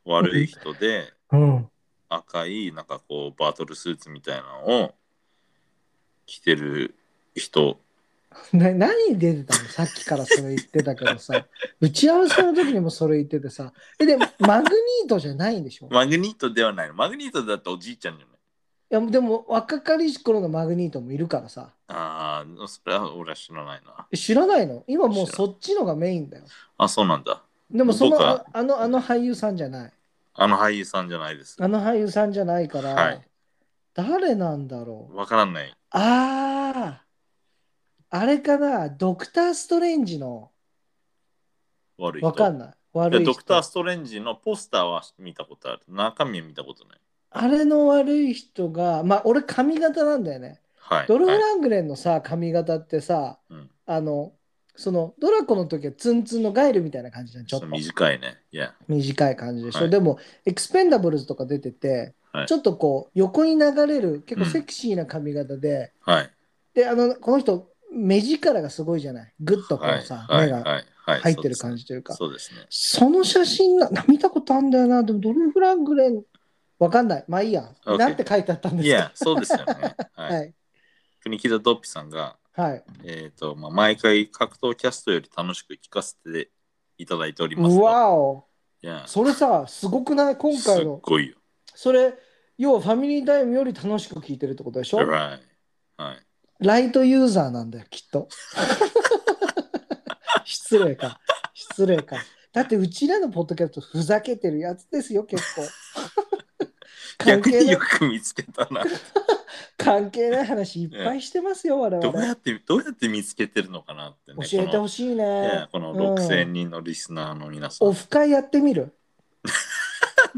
悪い人で、うん、赤い、なんかこう、バトルスーツみたいなのを着てる人。な何出てたのさっきからそれ言ってたけ どさ、打ち合わせの時にもそれ言っててさ、えでもマグニートじゃないんでしょ、いマグニートではないの。マグニートだっておじいちゃんじゃない。やでも若かりし頃のマグニートもいるからさ、ああ、それは俺は知らないな。知らないの今もう知らそっちのがメインだよ。あ、そうなんだ。でもその僕あはあのあの俳優さんじゃない。あの俳優さんじゃないです。あの俳優さんじゃないから、はい誰なんだろうわからない。あああれかなドクター・ストレンジの悪い人。わかんないで悪い人ドクター・ストレンジのポスターは見たことある。中身は見たことない。あれの悪い人がまあ俺髪型なんだよねはい。ドルフ・はいラングレンのさ髪型ってさうん、あのそのドラコの時はツンツンのガイルみたいな感じじゃんちちょょっっとと短いね。いや。短い感じでしょ、はいでもエクスペンダブルズとか出てて、はいちょっとこう横に流れる結構セクシーな髪型で、はい。であのこの人目力がすごいじゃないグッとこはうい。さ、はい。目がはい。はい入ってる感じというか、そうですね。その写真な見たことあるんだよなでもドルフ・ラングレンわかんないまあいいや、 OK なんて書いてあったんそうですねでいすかや、そうですよね。は。はいい国木田ドッピさんが、はい、えっ、と、まあ、毎回格闘キャストより楽しく聞かせていただいておりますうと。わおいや、それさすごくない今す回っのごいよ。それ要はファミリータイムより楽しく聞いてるってことでしょ Right はい。ライトユーザーなんだよきっと 失礼か失礼かだってうちらのポッドキャストふざけてるやつですよ結構関 逆係にないよく見つけたな。関係ない話いっぱいしてますよ、我どうや々。って、どうやって見つけてるのかなってね。教えてほしこいのいねや。このうん6000人のリスナーの皆さん、オフ会やってみる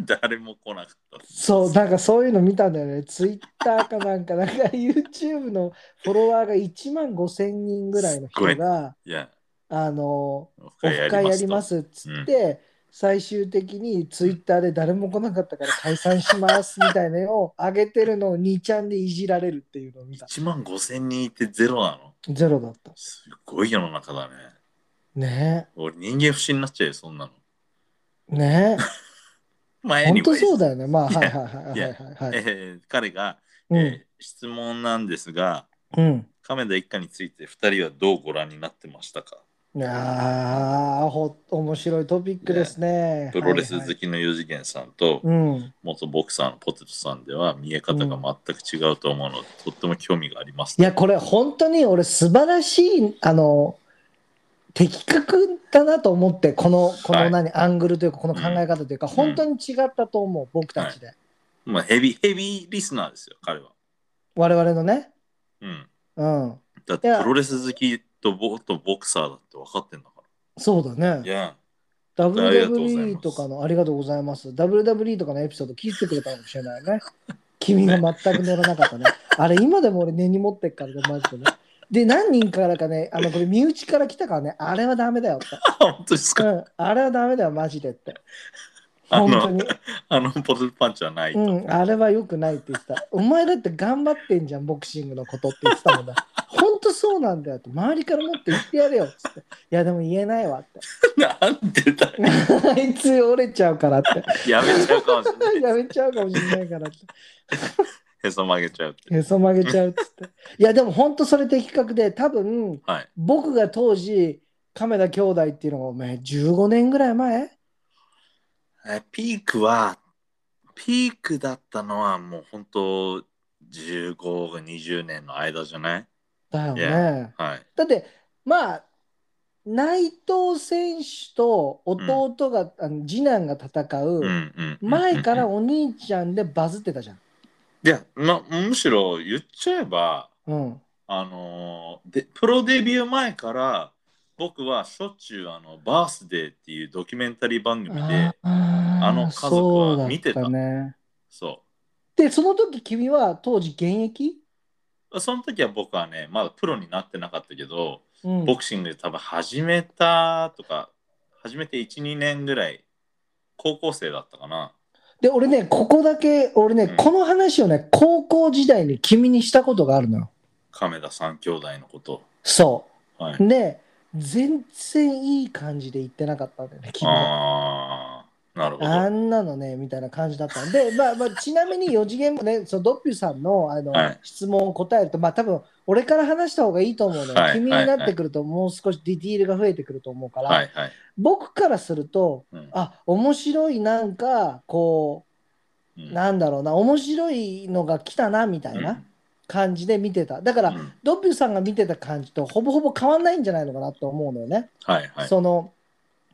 誰も来なかったです。そう、なんかそういうの見たんだよね。ツイッターかなんか、なんか YouTube のフォロワーが1万5000人ぐらいの人すごいが、いや、あの、オフオフ会やりまと。すっつって、最終的にツイッターで誰も来なかったから解散しますみたいなのを上げてるのを2ちゃんでいじられるっていうのを見た。 1万5000人いてゼロなのゼロだった。すごい世の中だね。ね俺人間不信になっちゃうよ、そんなの。え。 ねまあ、え。本当 anyways そうだよね。まあ、はいいやはいはいはいはいはい。えー彼が、うえんー質問なんですが、うん。亀田一家について2人はどうご覧になってましたかああ、ほ面白いトピックですね。プロレスはいは好いきの四次元さんとうん。元ボクサーのポテトさんでは見え方が全く違うと思うので、とっても興味がありますいね、や、これ本当に俺素晴らしい、あの、的確だなと思って、この、こはのい何、アングルというか、この考え方というか、本当に違ったと思う、僕たちで。まあ、ヘビヘビーリスナーですよ、彼は。我々のね。うん。うん。だっいてやプロレス好きとボとボクサーだって分かってんだかそうだら。いね。や、 ありがとうございます WWE とかの、ありがとうございます。WWE とかのエピソード聞いてくれたか もしれないね。君が全く乗らなかった ね。あれ、今でも俺根に持ってっからね、マジでね。で、何人からかね、あの、これ身内から来たからね、あれはダメだよって。本当ですうかん、あれはダメだよ、マジでって。あの本当に。あのポテトパンチはないと。うん、あれは良くないって言ってた。お前だって頑張ってんじゃん、ボクシングのことって言ってたもんだ。本当そうなんだよって、周りからもっと言ってやれよっつって。いや、でも言えないわって。 なんでだよあいつ折れちゃうからって。やめちゃうかもしれない。やめちゃうかもしれないからって。へそ曲げちゃうって。へそ曲げちゃうっつって。いや、でも本当それ的確で、多分はい。僕が当時、亀田兄弟っていうのがお前15年ぐらい前えピークは、ピークだったのはもう本当15、20年の間じゃないだよね。はい。だってまあ内藤選手と弟が、あの次男が戦う、うんうんうん前からお兄ちゃんでバズってたじゃん。いや、ま、むしろ言っちゃえば、うん、あのーでプロデビュー前から僕はしょっちゅうあのバースデーっていうドキュメンタリー番組であーあの家族は見てたそうだったね。そで、その時君は当時現役、うその時は僕はねまだプロになってなかったけどうん、ボクシングで多分始めたとか始めて12年ぐらい高校生だったかなで、俺ね、ここだけ、俺ね、うんこの話をね、高校時代に君にしたことがあるのよ。亀田三兄弟のことそ。はいうで、全然いい感じで言ってなかったんだよね、君は。ああなるほどあんなのね、みたいな感じだったんで、まあまあ、ちなみに4次元もね、そのドッピュさんのあの、はい質問を答えると、まあ多分俺から話した方がいいと思うのよ、はい君になってくると、もう少しディティールが増えてくると思うから、はいはい、僕からすると、うんあ面白い、なんか、こうう、んなんだろうな、面白いのが来たなみたいな感じで見てた。だから、うんうんドッピュさんが見てた感じと、ほぼほぼ変わんないんじゃないのかなと思うのよね。はいはいその、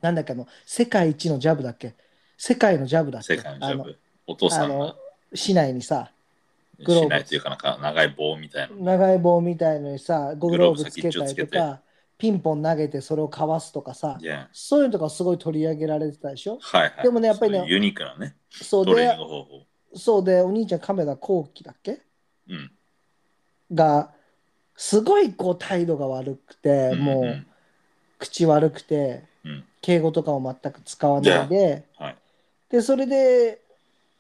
なんだっけ、あの世界一のジャブだっけ、世界のジャブだっけ、世界のジャあのブお父さあんがの市内にさ、グローブしないというかなんか長い棒みたいな長い棒みたいのにさ、ゴグローブつけグロたーブり先とっちょか、ピンポン投げてそれをかわすとかさ、いやそういうのとかすごい取り上げられてたでしょ。はいはいでもねやっぱりねそういうユニークなねそうトレーニンでグ、方法そうで、お兄ちゃん、亀田光輝だっけうんが、すごいこう態度が悪くて、もんうん口悪くて、うん敬語とかも全く使わないで、はいで、それで、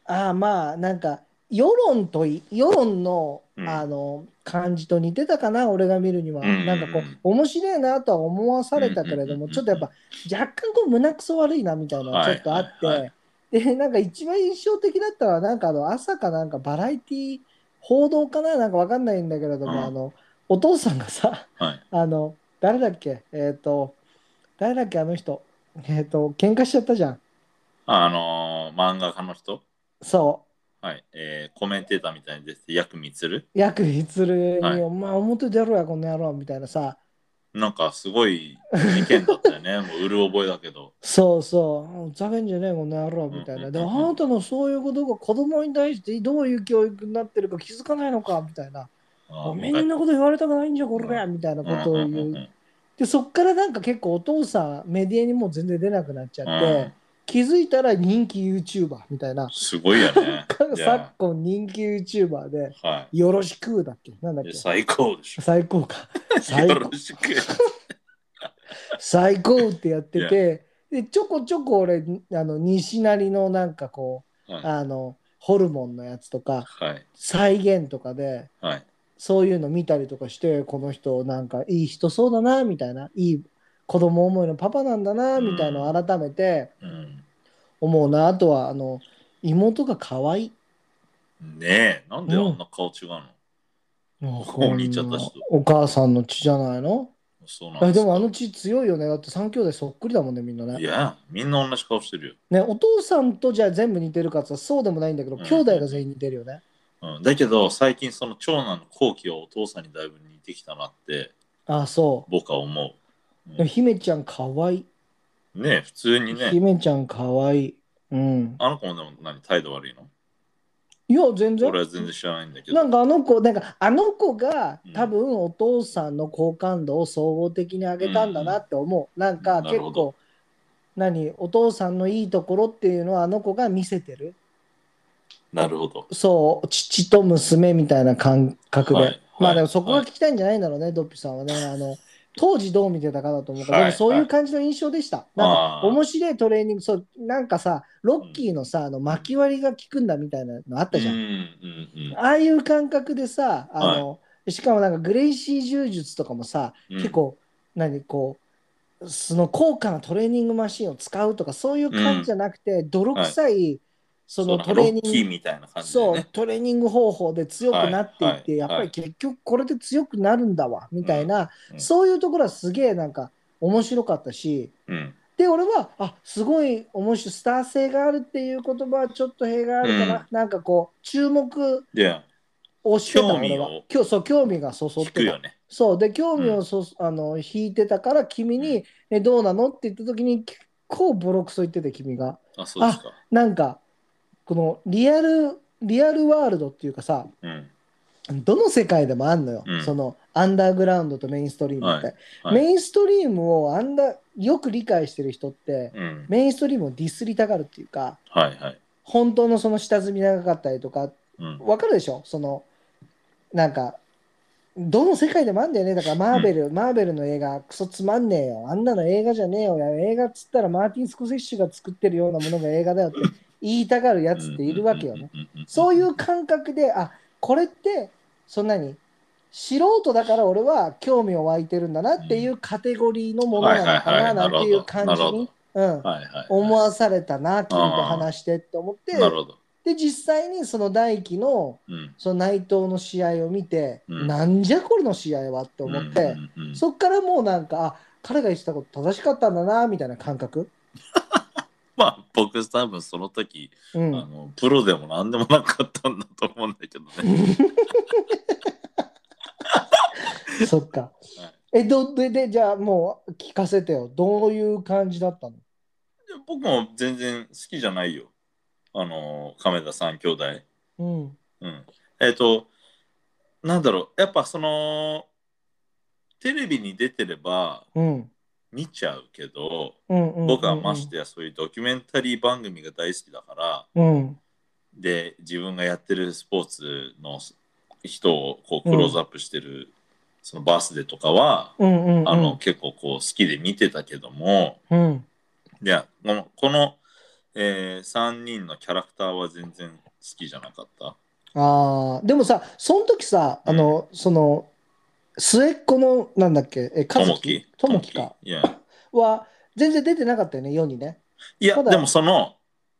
ああまあ、なんか、世論とい、世論の、うんあの、感じと似てたかな、俺が見るには。うんうんうんなんかこう、面白いなとは思わされたけれうんうんどうんうも、んちょっとやっぱ、若干こう、胸くそ悪いなみたいなのがちょっとあって、はいはいで、なんか一番印象的だったのは、なんかあの、朝かなんかバラエティ報道かななんかわかんないんだけれども、うんあの、お父さんがさ、はいあの、誰だっけえっ、と、誰だっけあの人。えっ、と、喧嘩しちゃったじゃん。あのー漫画家の人そう。はいえーコメンテーターみたいに出ててヤクミツルヤクヒツルに、はいお前表出ろやこの野郎みたいなさなんかすごい意見だったよ ねもううる覚えだけどそうそうざけんじゃねえこの野郎みたいな、うんでうんうんあなたのそういうことが子供に対してどういう教育になってるか気づかないのかみたいなあおーめえんなこと言われたくないんじゃこれやみたいなことを言う,、うんうんうんうんでそっからなんか結構お父さんメディアにもう全然出なくなっちゃって、うん気づいたら人気 YouTuber みたいなすごいよ ねい昨や今人気 YouTuber では「よろしく」だっけなんだっいいやけ最高でしょ最高 か最よ高ろしく最高ってやってて、でちょこちょこ俺あの西成のなんかこうはいあのホルモンのやつとかはい再現とかではいそういうの見たりとかしてこの人なんかいい人そうだなみたいないい子供思いのパパなんだなみたいのを改めてうん思うなあとはあの妹が可愛いねえなんであんな顔違うのこに行っちゃった人お母さんの血じゃないのそうなんあですでかもあの血強いよねだって3兄弟そっくりだもんねみんなねいやみんな同じ顔してるよね、お父さんとじゃあ全部似てるかって言ったらそうでもないんだけど、うん兄弟が全員似てるよね。うん、だけど最近その長男の後期はお父さんにだいぶ似てきたなってああ、そ僕は思う、う。うでんも姫ちゃんかわいねえ普通い。にね姫ちゃんかわいい。うん。あの子もでも何態度悪いのいや、全然俺。は全然知らないんだけどなんかあの子、なんかあの子がうん多分お父さんの好感度を総合的に上げたんだなって思う。なんかな結るほ構ど、何、お父さんのいいところっていうのはあの子が見せてる。なるほどそう、父と娘みたいな感覚で。はいまはあいでもそこが聞きたいんじゃないんだろうね、ドッピ さんはね。あの当時どう見てたかだと思うから、はいでもそういう感じの印象でした。なあんかー面白いトレーニング、そうなんかさ、ロッキーのさ、あの巻き割りが効くんだみたいなのあったじゃん。うんうんああいう感覚でさ、あのしかもなんかグレイシー柔術とかもさ、うん、結構、何こう、その高価なトレーニングマシンを使うとか、そういう感じじゃなくて、泥臭い、そのトレそうなんかーニンロッグキーみたいな感じで、そうね、トレーニング方法で強くなっていって、はいやっぱはりい結局これで強くなるんだわみたいな、うんうんそういうところはすげえなんか面白かったしうんで俺はあすごい面白いスター性があるっていう言葉はちょっと弊があるかな、うんなんかこう注目いや押してた興味俺をは今日そう興味がそそっ聞てくたよね。そうで興味をそ、あの引いてたから君に、えどうなのって言った時に結構ボロクソ言ってて君があ、そうですか。なんかこのリアルリアルワールドっていうかさうん。どの世界でもあんのよ、うんそのアンダーグラウンドとメインストリームって、ははいメインストリームをアンダーよく理解してる人ってうん。メインストリームをディスりたがるっていうかはいはい。本当のその下積み長かったりとかうん。わかるでしょそのなんかどの世界でもあんだよねだからマーベル、マーベルの映画クソつまんねえよあんなの映画じゃねえよいや映画っつったらマーティン・スコセッシュが作ってるようなものが映画だよって言いたがるやつっているわけよね、うんうんうんうん。そういう感覚であこれってそんなに素人だから俺は興味を湧いてるんだなっていうカテゴリーのものなのかはいはいはないなんていう感なじるほどに、うん、はいはいはい。思わされたな君と話してって思ってなるほど。で実際にその大輝のうん。その内藤の試合を見て、うんなんじゃこれの試合はって思って、うんうんうんそっからもうなんかあ彼が言ってたこと正しかったんだなみたいな感覚、まあ僕多分その時、うあん、のプロでも何でもなかったんだと思うんだけどね。 そっかえどででじゃあもう聞かせてよどういう感じだったの僕も全然好きじゃないよ。あの亀田三兄弟。うんうん。えっ、となんだろうやっぱそのテレビに出てればうん見ちゃうけど、うんうん僕はましてやそういうドキュメンタリー番組が大好きだから、うんで自分がやってるスポーツの人をこうクローズアップしてる、そのバースデーとかは、うんうんうんあの結構こう好きで見てたけどもうんいやこのこの、え3人のキャラクターは全然好きじゃなかった。あーでもさその時さあの、その末っ子のなんだっけえと和も樹きともきかいやは全然出てなかったよね世にねいやただでもその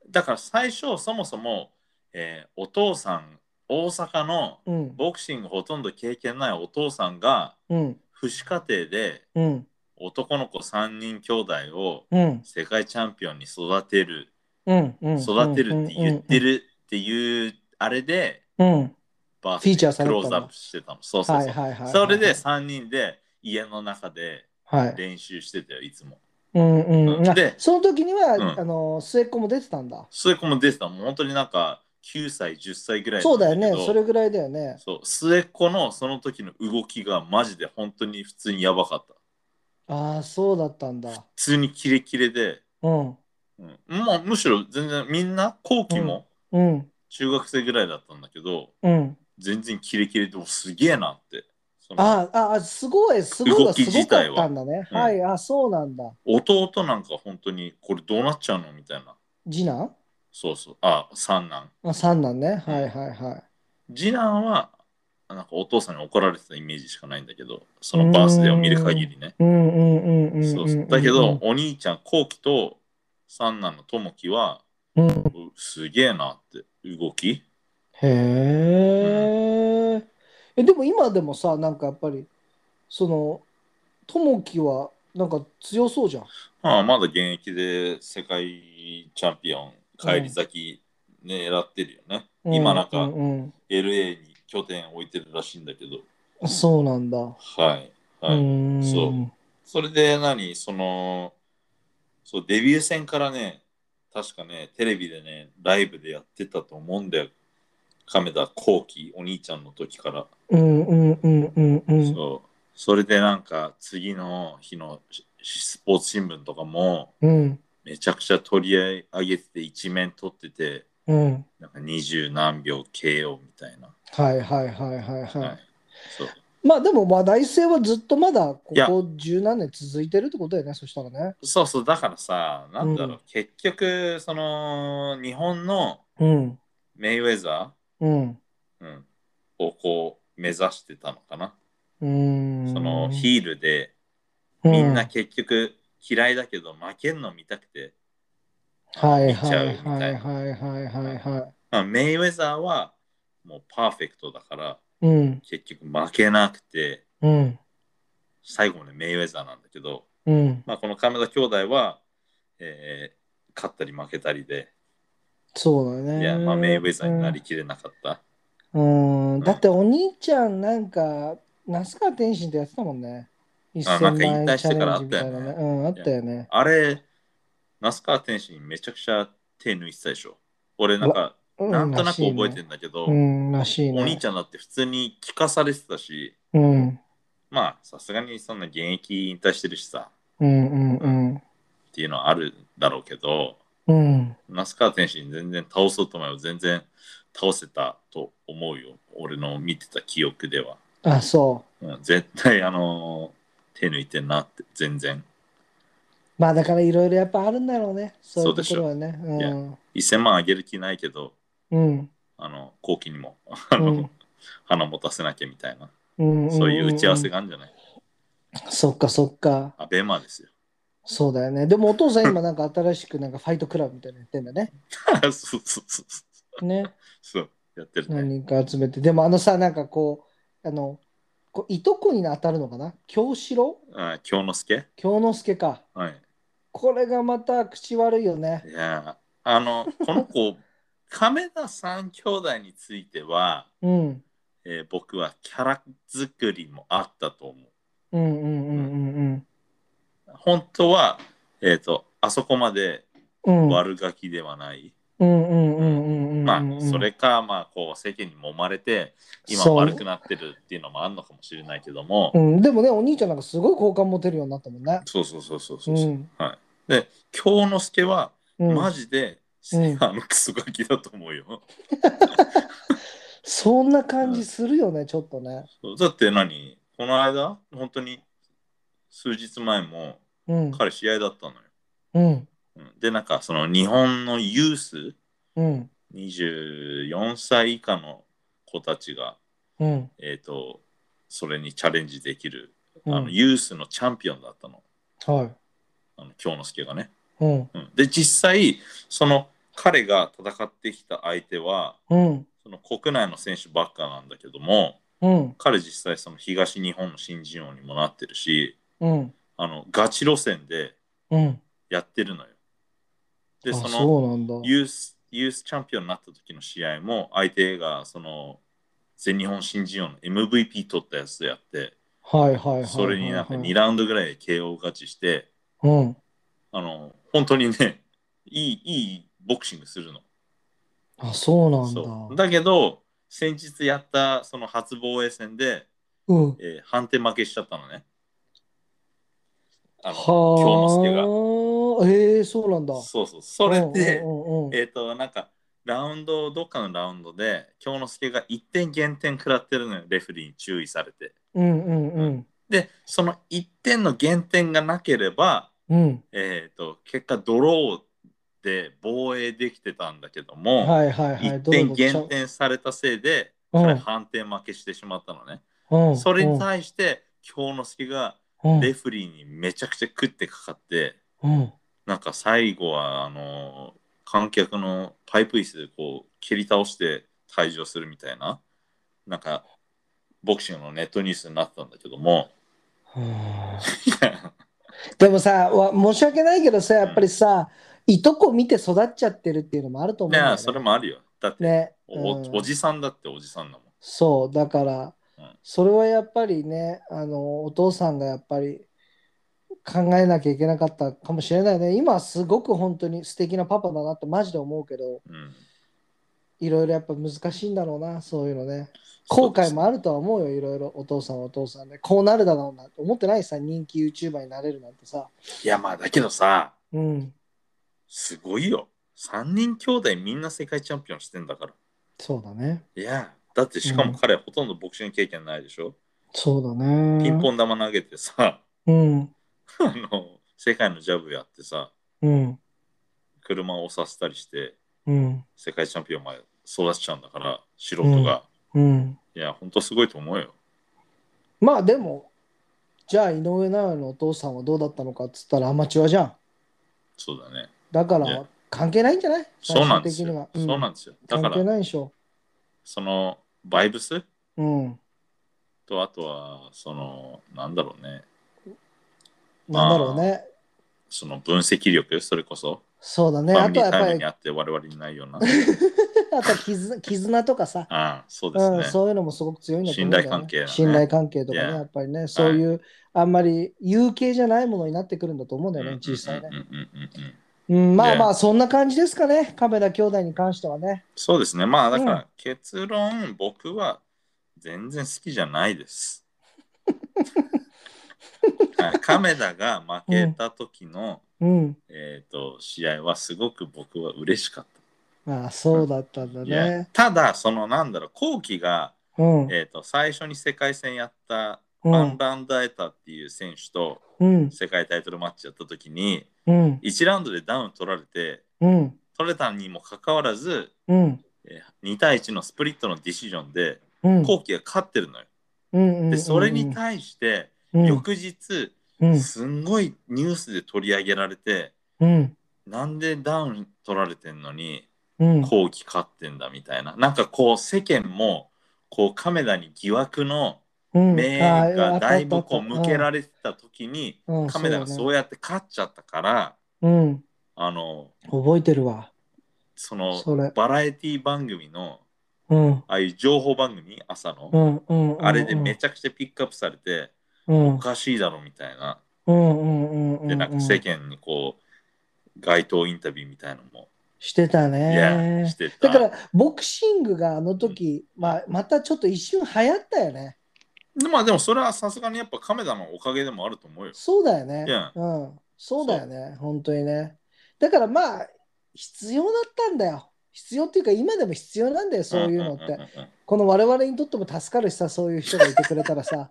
だから最初そもそも、えーお父さん大阪のうんボクシングほとんど経験ないお父さんがうん父子家庭でうん男の子3人兄弟をうん世界チャンピオンに育てるうんうん育てるって言ってるっていうあれでうんうんバフィーチャーされクロたのーズアップしてたのそうそうはいそうはいはいそれで3人で家の中ではい練習してたよいつもうんうんあでその時には、うんあの末っ子も出てたんだ末っ子も出てたもう本当になんか9歳10歳ぐらいそうだよなねんけどそれぐらいだよねそう末っ子のその時の動きがマジで本当に普通にやばかったああそうだったんだ普通にキレキレで、うんうん、まあむしろ全然みんな後期もうん中学生ぐらいだったんだけど、うん全然キレキレでもすげえなってそのあああすごいすごい動がきす自ごか体っはたんだね、うんはいあそうなんだ弟なんか本当にこれどうなっちゃうのみたいな次男そうそうあ三男あ三男ねはいはいはい次男はなんかお父さんに怒られてたイメージしかないんだけどそのバースデーを見る限りねうんうんうんうんうんそうそうだけどお兄ちゃんこうきと三男のともきはうんうすげえなって動きへーえでも今でもさなんかやっぱりそのともきはなんか強そうじゃんまあまだ現役で世界チャンピオン返り咲き狙ってるよね、今なんかううん LA に拠点を置いてるらしいんだけどうんそうなんだ、ははい、はい、んそうそれで何そのそうデビュー戦からね確かねテレビでねライブでやってたと思うんだよ亀田光輝お兄ちゃんの時から、うんうんうんうんうんそうそれでなんか次の日のしスポーツ新聞とかもうんめちゃくちゃ取り上げてて一面取っててうんなんか二十何秒 KO みたいな、はいはいはいはいはい、はいそうまあでも話題性はずっとまだこいやこ十何年続いてるってことだよねそしたらねそうそうだからさなんだろう、うん結局その日本のうんメイウェザーうんうん、をこう目指してたのかな。うんそのヒールでうみんな結局嫌いだけど負けんの見たくて、はい見はちゃういみたはいいなはいはいはいはまあ、メイウェザーはもうパーフェクトだからいうん結局負けなくてうん最後までメイウェザーなんだけど、うんまあ、この亀田兄弟は、えー勝ったり負けたりで、そうだねいやまあ、メイウェザーになりきれなかった。うん、だってお兄ちゃんなんか、那須川天心とやってたもんね。あなんか1000引退してからあったよねチャレンジみたいなうん、あったよね。あれ、那須川天心めちゃくちゃ手抜いてたでしょ。俺なんか、うなんとなく覚えてるんだけど、うん、らしいね。お兄ちゃんだって普通に聞かされてたし、ゃん。うん、まあさすがにそんな現役引退してるしさうん、うん、っていうのはあるだろうけど、うん。うん、那須川天心全然倒そうと思えば全然倒せたと思うよ。俺の見てた記憶では。あ、そう。うん、絶対あのー手抜いてんなって全然。まあだからいろいろやっぱあるんだろうね。そういうところはね。しょ1000万あげる気ないけど、うん。あの、後期にも、あの、うん花持たせなきゃみたいな、うん。そういう打ち合わせが。があるんじゃないそっかそっか。アベマですよ。 そうだよね。でもお父さん今なんか新しくなんかファイトクラブみたいなのやってんだね。そうそうそうそう。ね。そう、やってる何ね。人か集めて。でもあのさ、なんかこう、あの、こういとこに当たるのかな京四郎あ京之助京之助か。はい。これがまた口悪いよね。いやー、あの、この子、 亀田三兄弟については、うん。えー僕はキャラ作りもあったと思う。うんうんうんうん本当は、えっ、と、あそこまでうん。うん。悪ガキではない。うんうんうんうんうん。まあ、それか、まあ、こう、世間に揉まれて、今そう悪くなってるっていうのもあるのかもしれないけども、うん。でもね、お兄ちゃんなんかすごい好感持てるようになったもんね。そうそうそうそうそうう。ん。で、京之助は、うんマジで、うんあのクソガキだと思うよ。そんな感じするよね、ちょっとね。そうだって何この間、本当に数日前もうん。彼試合だったのよ。うん。うんで、なんかその日本のユース、うん。 24歳以下の子たちが、うん。えっ、と、それにチャレンジできる、うんあのユースのチャンピオンだったの。はい。あの京之助がね、うん。うんで、実際、その彼が戦ってきた相手は、うん。その国内の選手ばっかなんだけども、うん。彼実際その東日本の新人王にもなってるし、うん。あのガチ路線でうん。やってるのよ。で、あ、そのそうなんだ。ユースユースチャンピオンになった時の試合も、相手がその全日本新人王の MVP 取ったやつでやって、はいはいはいはい。それになんかはい2ラウンドぐらいで KO 勝ちして、うん。あの本当にね、いいいいボクシングするの。あ、そうなんだ。そうだけど、先日やったその初防衛戦で、うん。えー判定負けしちゃったのね。あの京之助はあ。ええ、そうなんだ。が。そうそう、それで、うんうんうんう んえっ、と、なんか、ラウンド、どっかのラウンドで、京之助が1点減点食らってるのよ、レフェリーに注意されて。うんうんうん。で、その1点の減点がなければ、うん。えっ、と、結果、ドローで防衛できてたんだけども、はいはいはい。 1どれ点どれちゃう減点されたせいで、うんそれ判定負けしてしまったのね。うんそれに対して、京之助がうんレフェリーにめちゃくちゃ食ってかかって、うん。なんか最後はあのー観客のパイプ椅子でこう蹴り倒して退場するみたいななんかボクシングのネットニュースになったんだけどもうんでもさ、わ申し訳ないけどさ、やっぱりさ、いとこ見て育っちゃってるっていうのもあると思ういんだよね。やそれもあるよだって、ね、おうんおじさんだっておじさんだもんそうだから、うんそれはやっぱりねあのお父さんがやっぱり考えなきゃいけなかったかもしれないね今すごく本当に素敵なパパだなってマジで思うけどうんいろいろやっぱ難しいんだろうなそういうのね後悔もあるとは思うよいろいろお父さんはお父さんでこうなるだろうなって思ってないしさ人気 YouTuber になれるなんてさいやまあだけどさうんすごいよ3人兄弟みんな世界チャンピオンしてんだからそうだねいやだってしかも彼はほとんどボクシング経験ないでしょ、そうだねピンポン玉投げてさ うんあの世界のジャブやってさうん車を押させたりしてうん世界チャンピオンまで育ちちゃうんだから素人が、うんいや本当すごいと思うよまあでも、じゃあ井上尚弥のお父さんはどうだったのかっつったらアマチュアじゃん。そうだねだかいやら関係ないんじゃないそうなんです最終よ、的にはそうなんんですよだか関係らないでしょ。そのバイブスうん。とあとはそのなんだろうねなんだろうね。その分析力それこそそうだね。ファあミとリはーやっぱタイムり にあって我々にないようなあとは絆絆とかさ、ああそうですね。うん、そういうのもすごく強いんだと思うんだよね信頼関係だね信頼関係とかね、 Yeah. やっぱりね、そういう、あんまり有形じゃないものになってくるんだと思うんだうよんうんうんね、実際ねう。んうんうんうんうん、まあ Yeah. まあ、そんな感じですかね、亀田兄弟に関してはね。そうですね。まあだから、う結論、僕は全然好きじゃない です。はい亀田が負けた時の、うん。えー、と試合はすごく僕は嬉しかっああ、そうだったんだた。いやね。ただ、そのなんだろう、後期が、うん。えー、と最初に世界戦やったフうァン・ん。バンダイタっていう選手とうん。世界タイトルマッチやった時に、うん。 1ラウンドでダウン取られて、うん。取れたにもかかわらず、うん。えー2対1のスプリットのディシジョンで、うん。後期が勝ってるのよ。うん。でそれに対して翌日うん。うん。すんごいニュースで取り上げられてうん。なんでダウン取られてんのにうん。後期勝ってんだみたいななんかこう世間もこうカメラに疑惑のうん目あああがっただいぶこうあった向けられてた時にうんうんカメラがそうだねそうやって勝っちゃったからうん。あの覚えてるわ。そのそれバラエティ番組のうん。ああいう情報番組朝のうん。うん。うんあれでめちゃくちゃピックアップされてうんお。かしいだろみたいなうん。うん。うん。うん。で、なんか世間にこう、街頭インタビューみたいのも、してたいやねし。てた。だから、ボクシングがあの時、まあ、またちょっと一瞬流行ったよね。でまあでもそれはさすがにやっぱ亀田のおかげでもあると思うよ。そうだよね。 Yeah. うん。そうだよね。本当にね。だからまあ、必要だったんだよ。必要っていうか、今でも必要なんだよ、そういうのっんんて。んうんこの我々にとっても助かるしさ、そういう人がいてくれた らさ。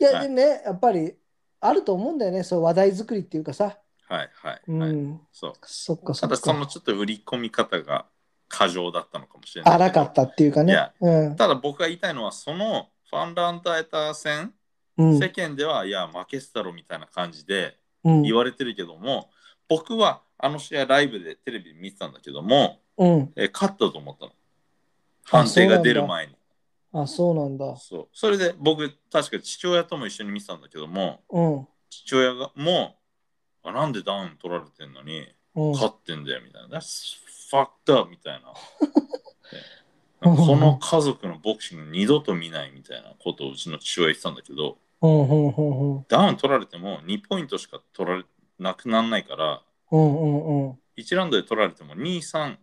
いや、でね、やっぱり、あると思うんだよね、そう話題作りっていうかさ。はいはういはい。ん。そう。そっかそたっか。だそのちょっと売り込み方が過剰だったのかもしれないけど。荒かったっていうかね Yeah.。うん。ただ僕が言いたいのは、そのファンランダーター戦、うん世間では、いや、負けてたろみたいな感じでうん。言われてるけども、僕はあの試合ライブでテレビ見てたんだけども、うん。え勝ったと思ったの。判定が出る前に。あ、そうなんだ。そう。それで僕、確か父親とも一緒に見てたんだけども、うん。父親がもう、あなんでダウン取られてんのに、うん。勝ってんだよみたいな。That's fucked up みたい な。でこの家族のボクシング二度と見ないみたいなことをうちの父親言ってたんだけど、うんうんうんうんダウン取られても2ポイントしか取られなくならないから、うんうんうん1ラウンドで取られても2、3、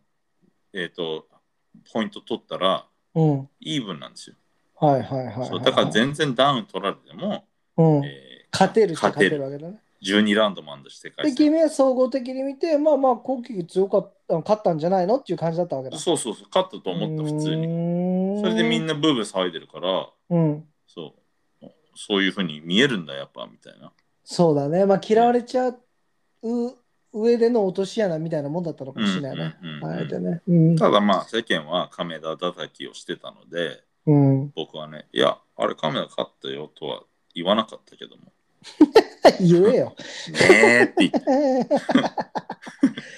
えっ、と、ポイント取ったら、うんイーブンなんですよ。はいはいはいはい。そうだから全然ダウン取られても、うんえー勝てるっちゃ勝て勝るてるわけだね。 12ラウンドもあるんだし、世界で、戦。君は総合的に見て、まあまあ、後期強かった、勝ったんじゃないのっていう感じだったわけだ。そうそうそう、勝ったと思った、普通に。にそれでみんな。なブーブー騒いでるから、うん。そう、そういうふうに見えるんだ、やっぱ、みたいな。そうだね。まあ、嫌われちゃう上での落とし穴みたいなもんだったのかもしれないね。うんうんうんうんあえてね。うん。ただまあ、世間は亀田叩きをしてたので、うん、 僕はね、いや、あれ亀田勝ったよとは言わなかったけども、言えよ。ねえって言って、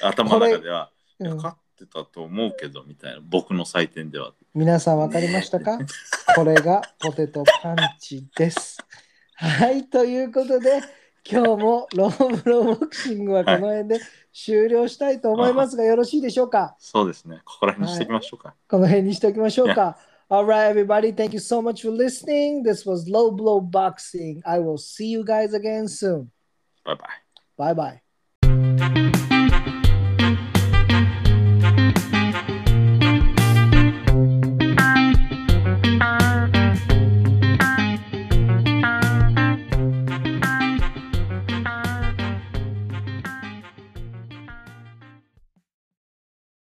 頭の中では、いうんや勝ってたと思うけど、みたいな、僕の採点では。皆さん分かりましたかこれがポテトパンチです。はい、ということで、今日もローブローボクシングはこの辺で終了したいと思いますが、よろしいでしょうかそうですね、ここら辺にしていきましょうか。この辺にしておきましょうか。Alright, everybody, thank you so much for listening. This was Low Blow Boxing. I will see you guys again soon. バイバイ。 Bye bye.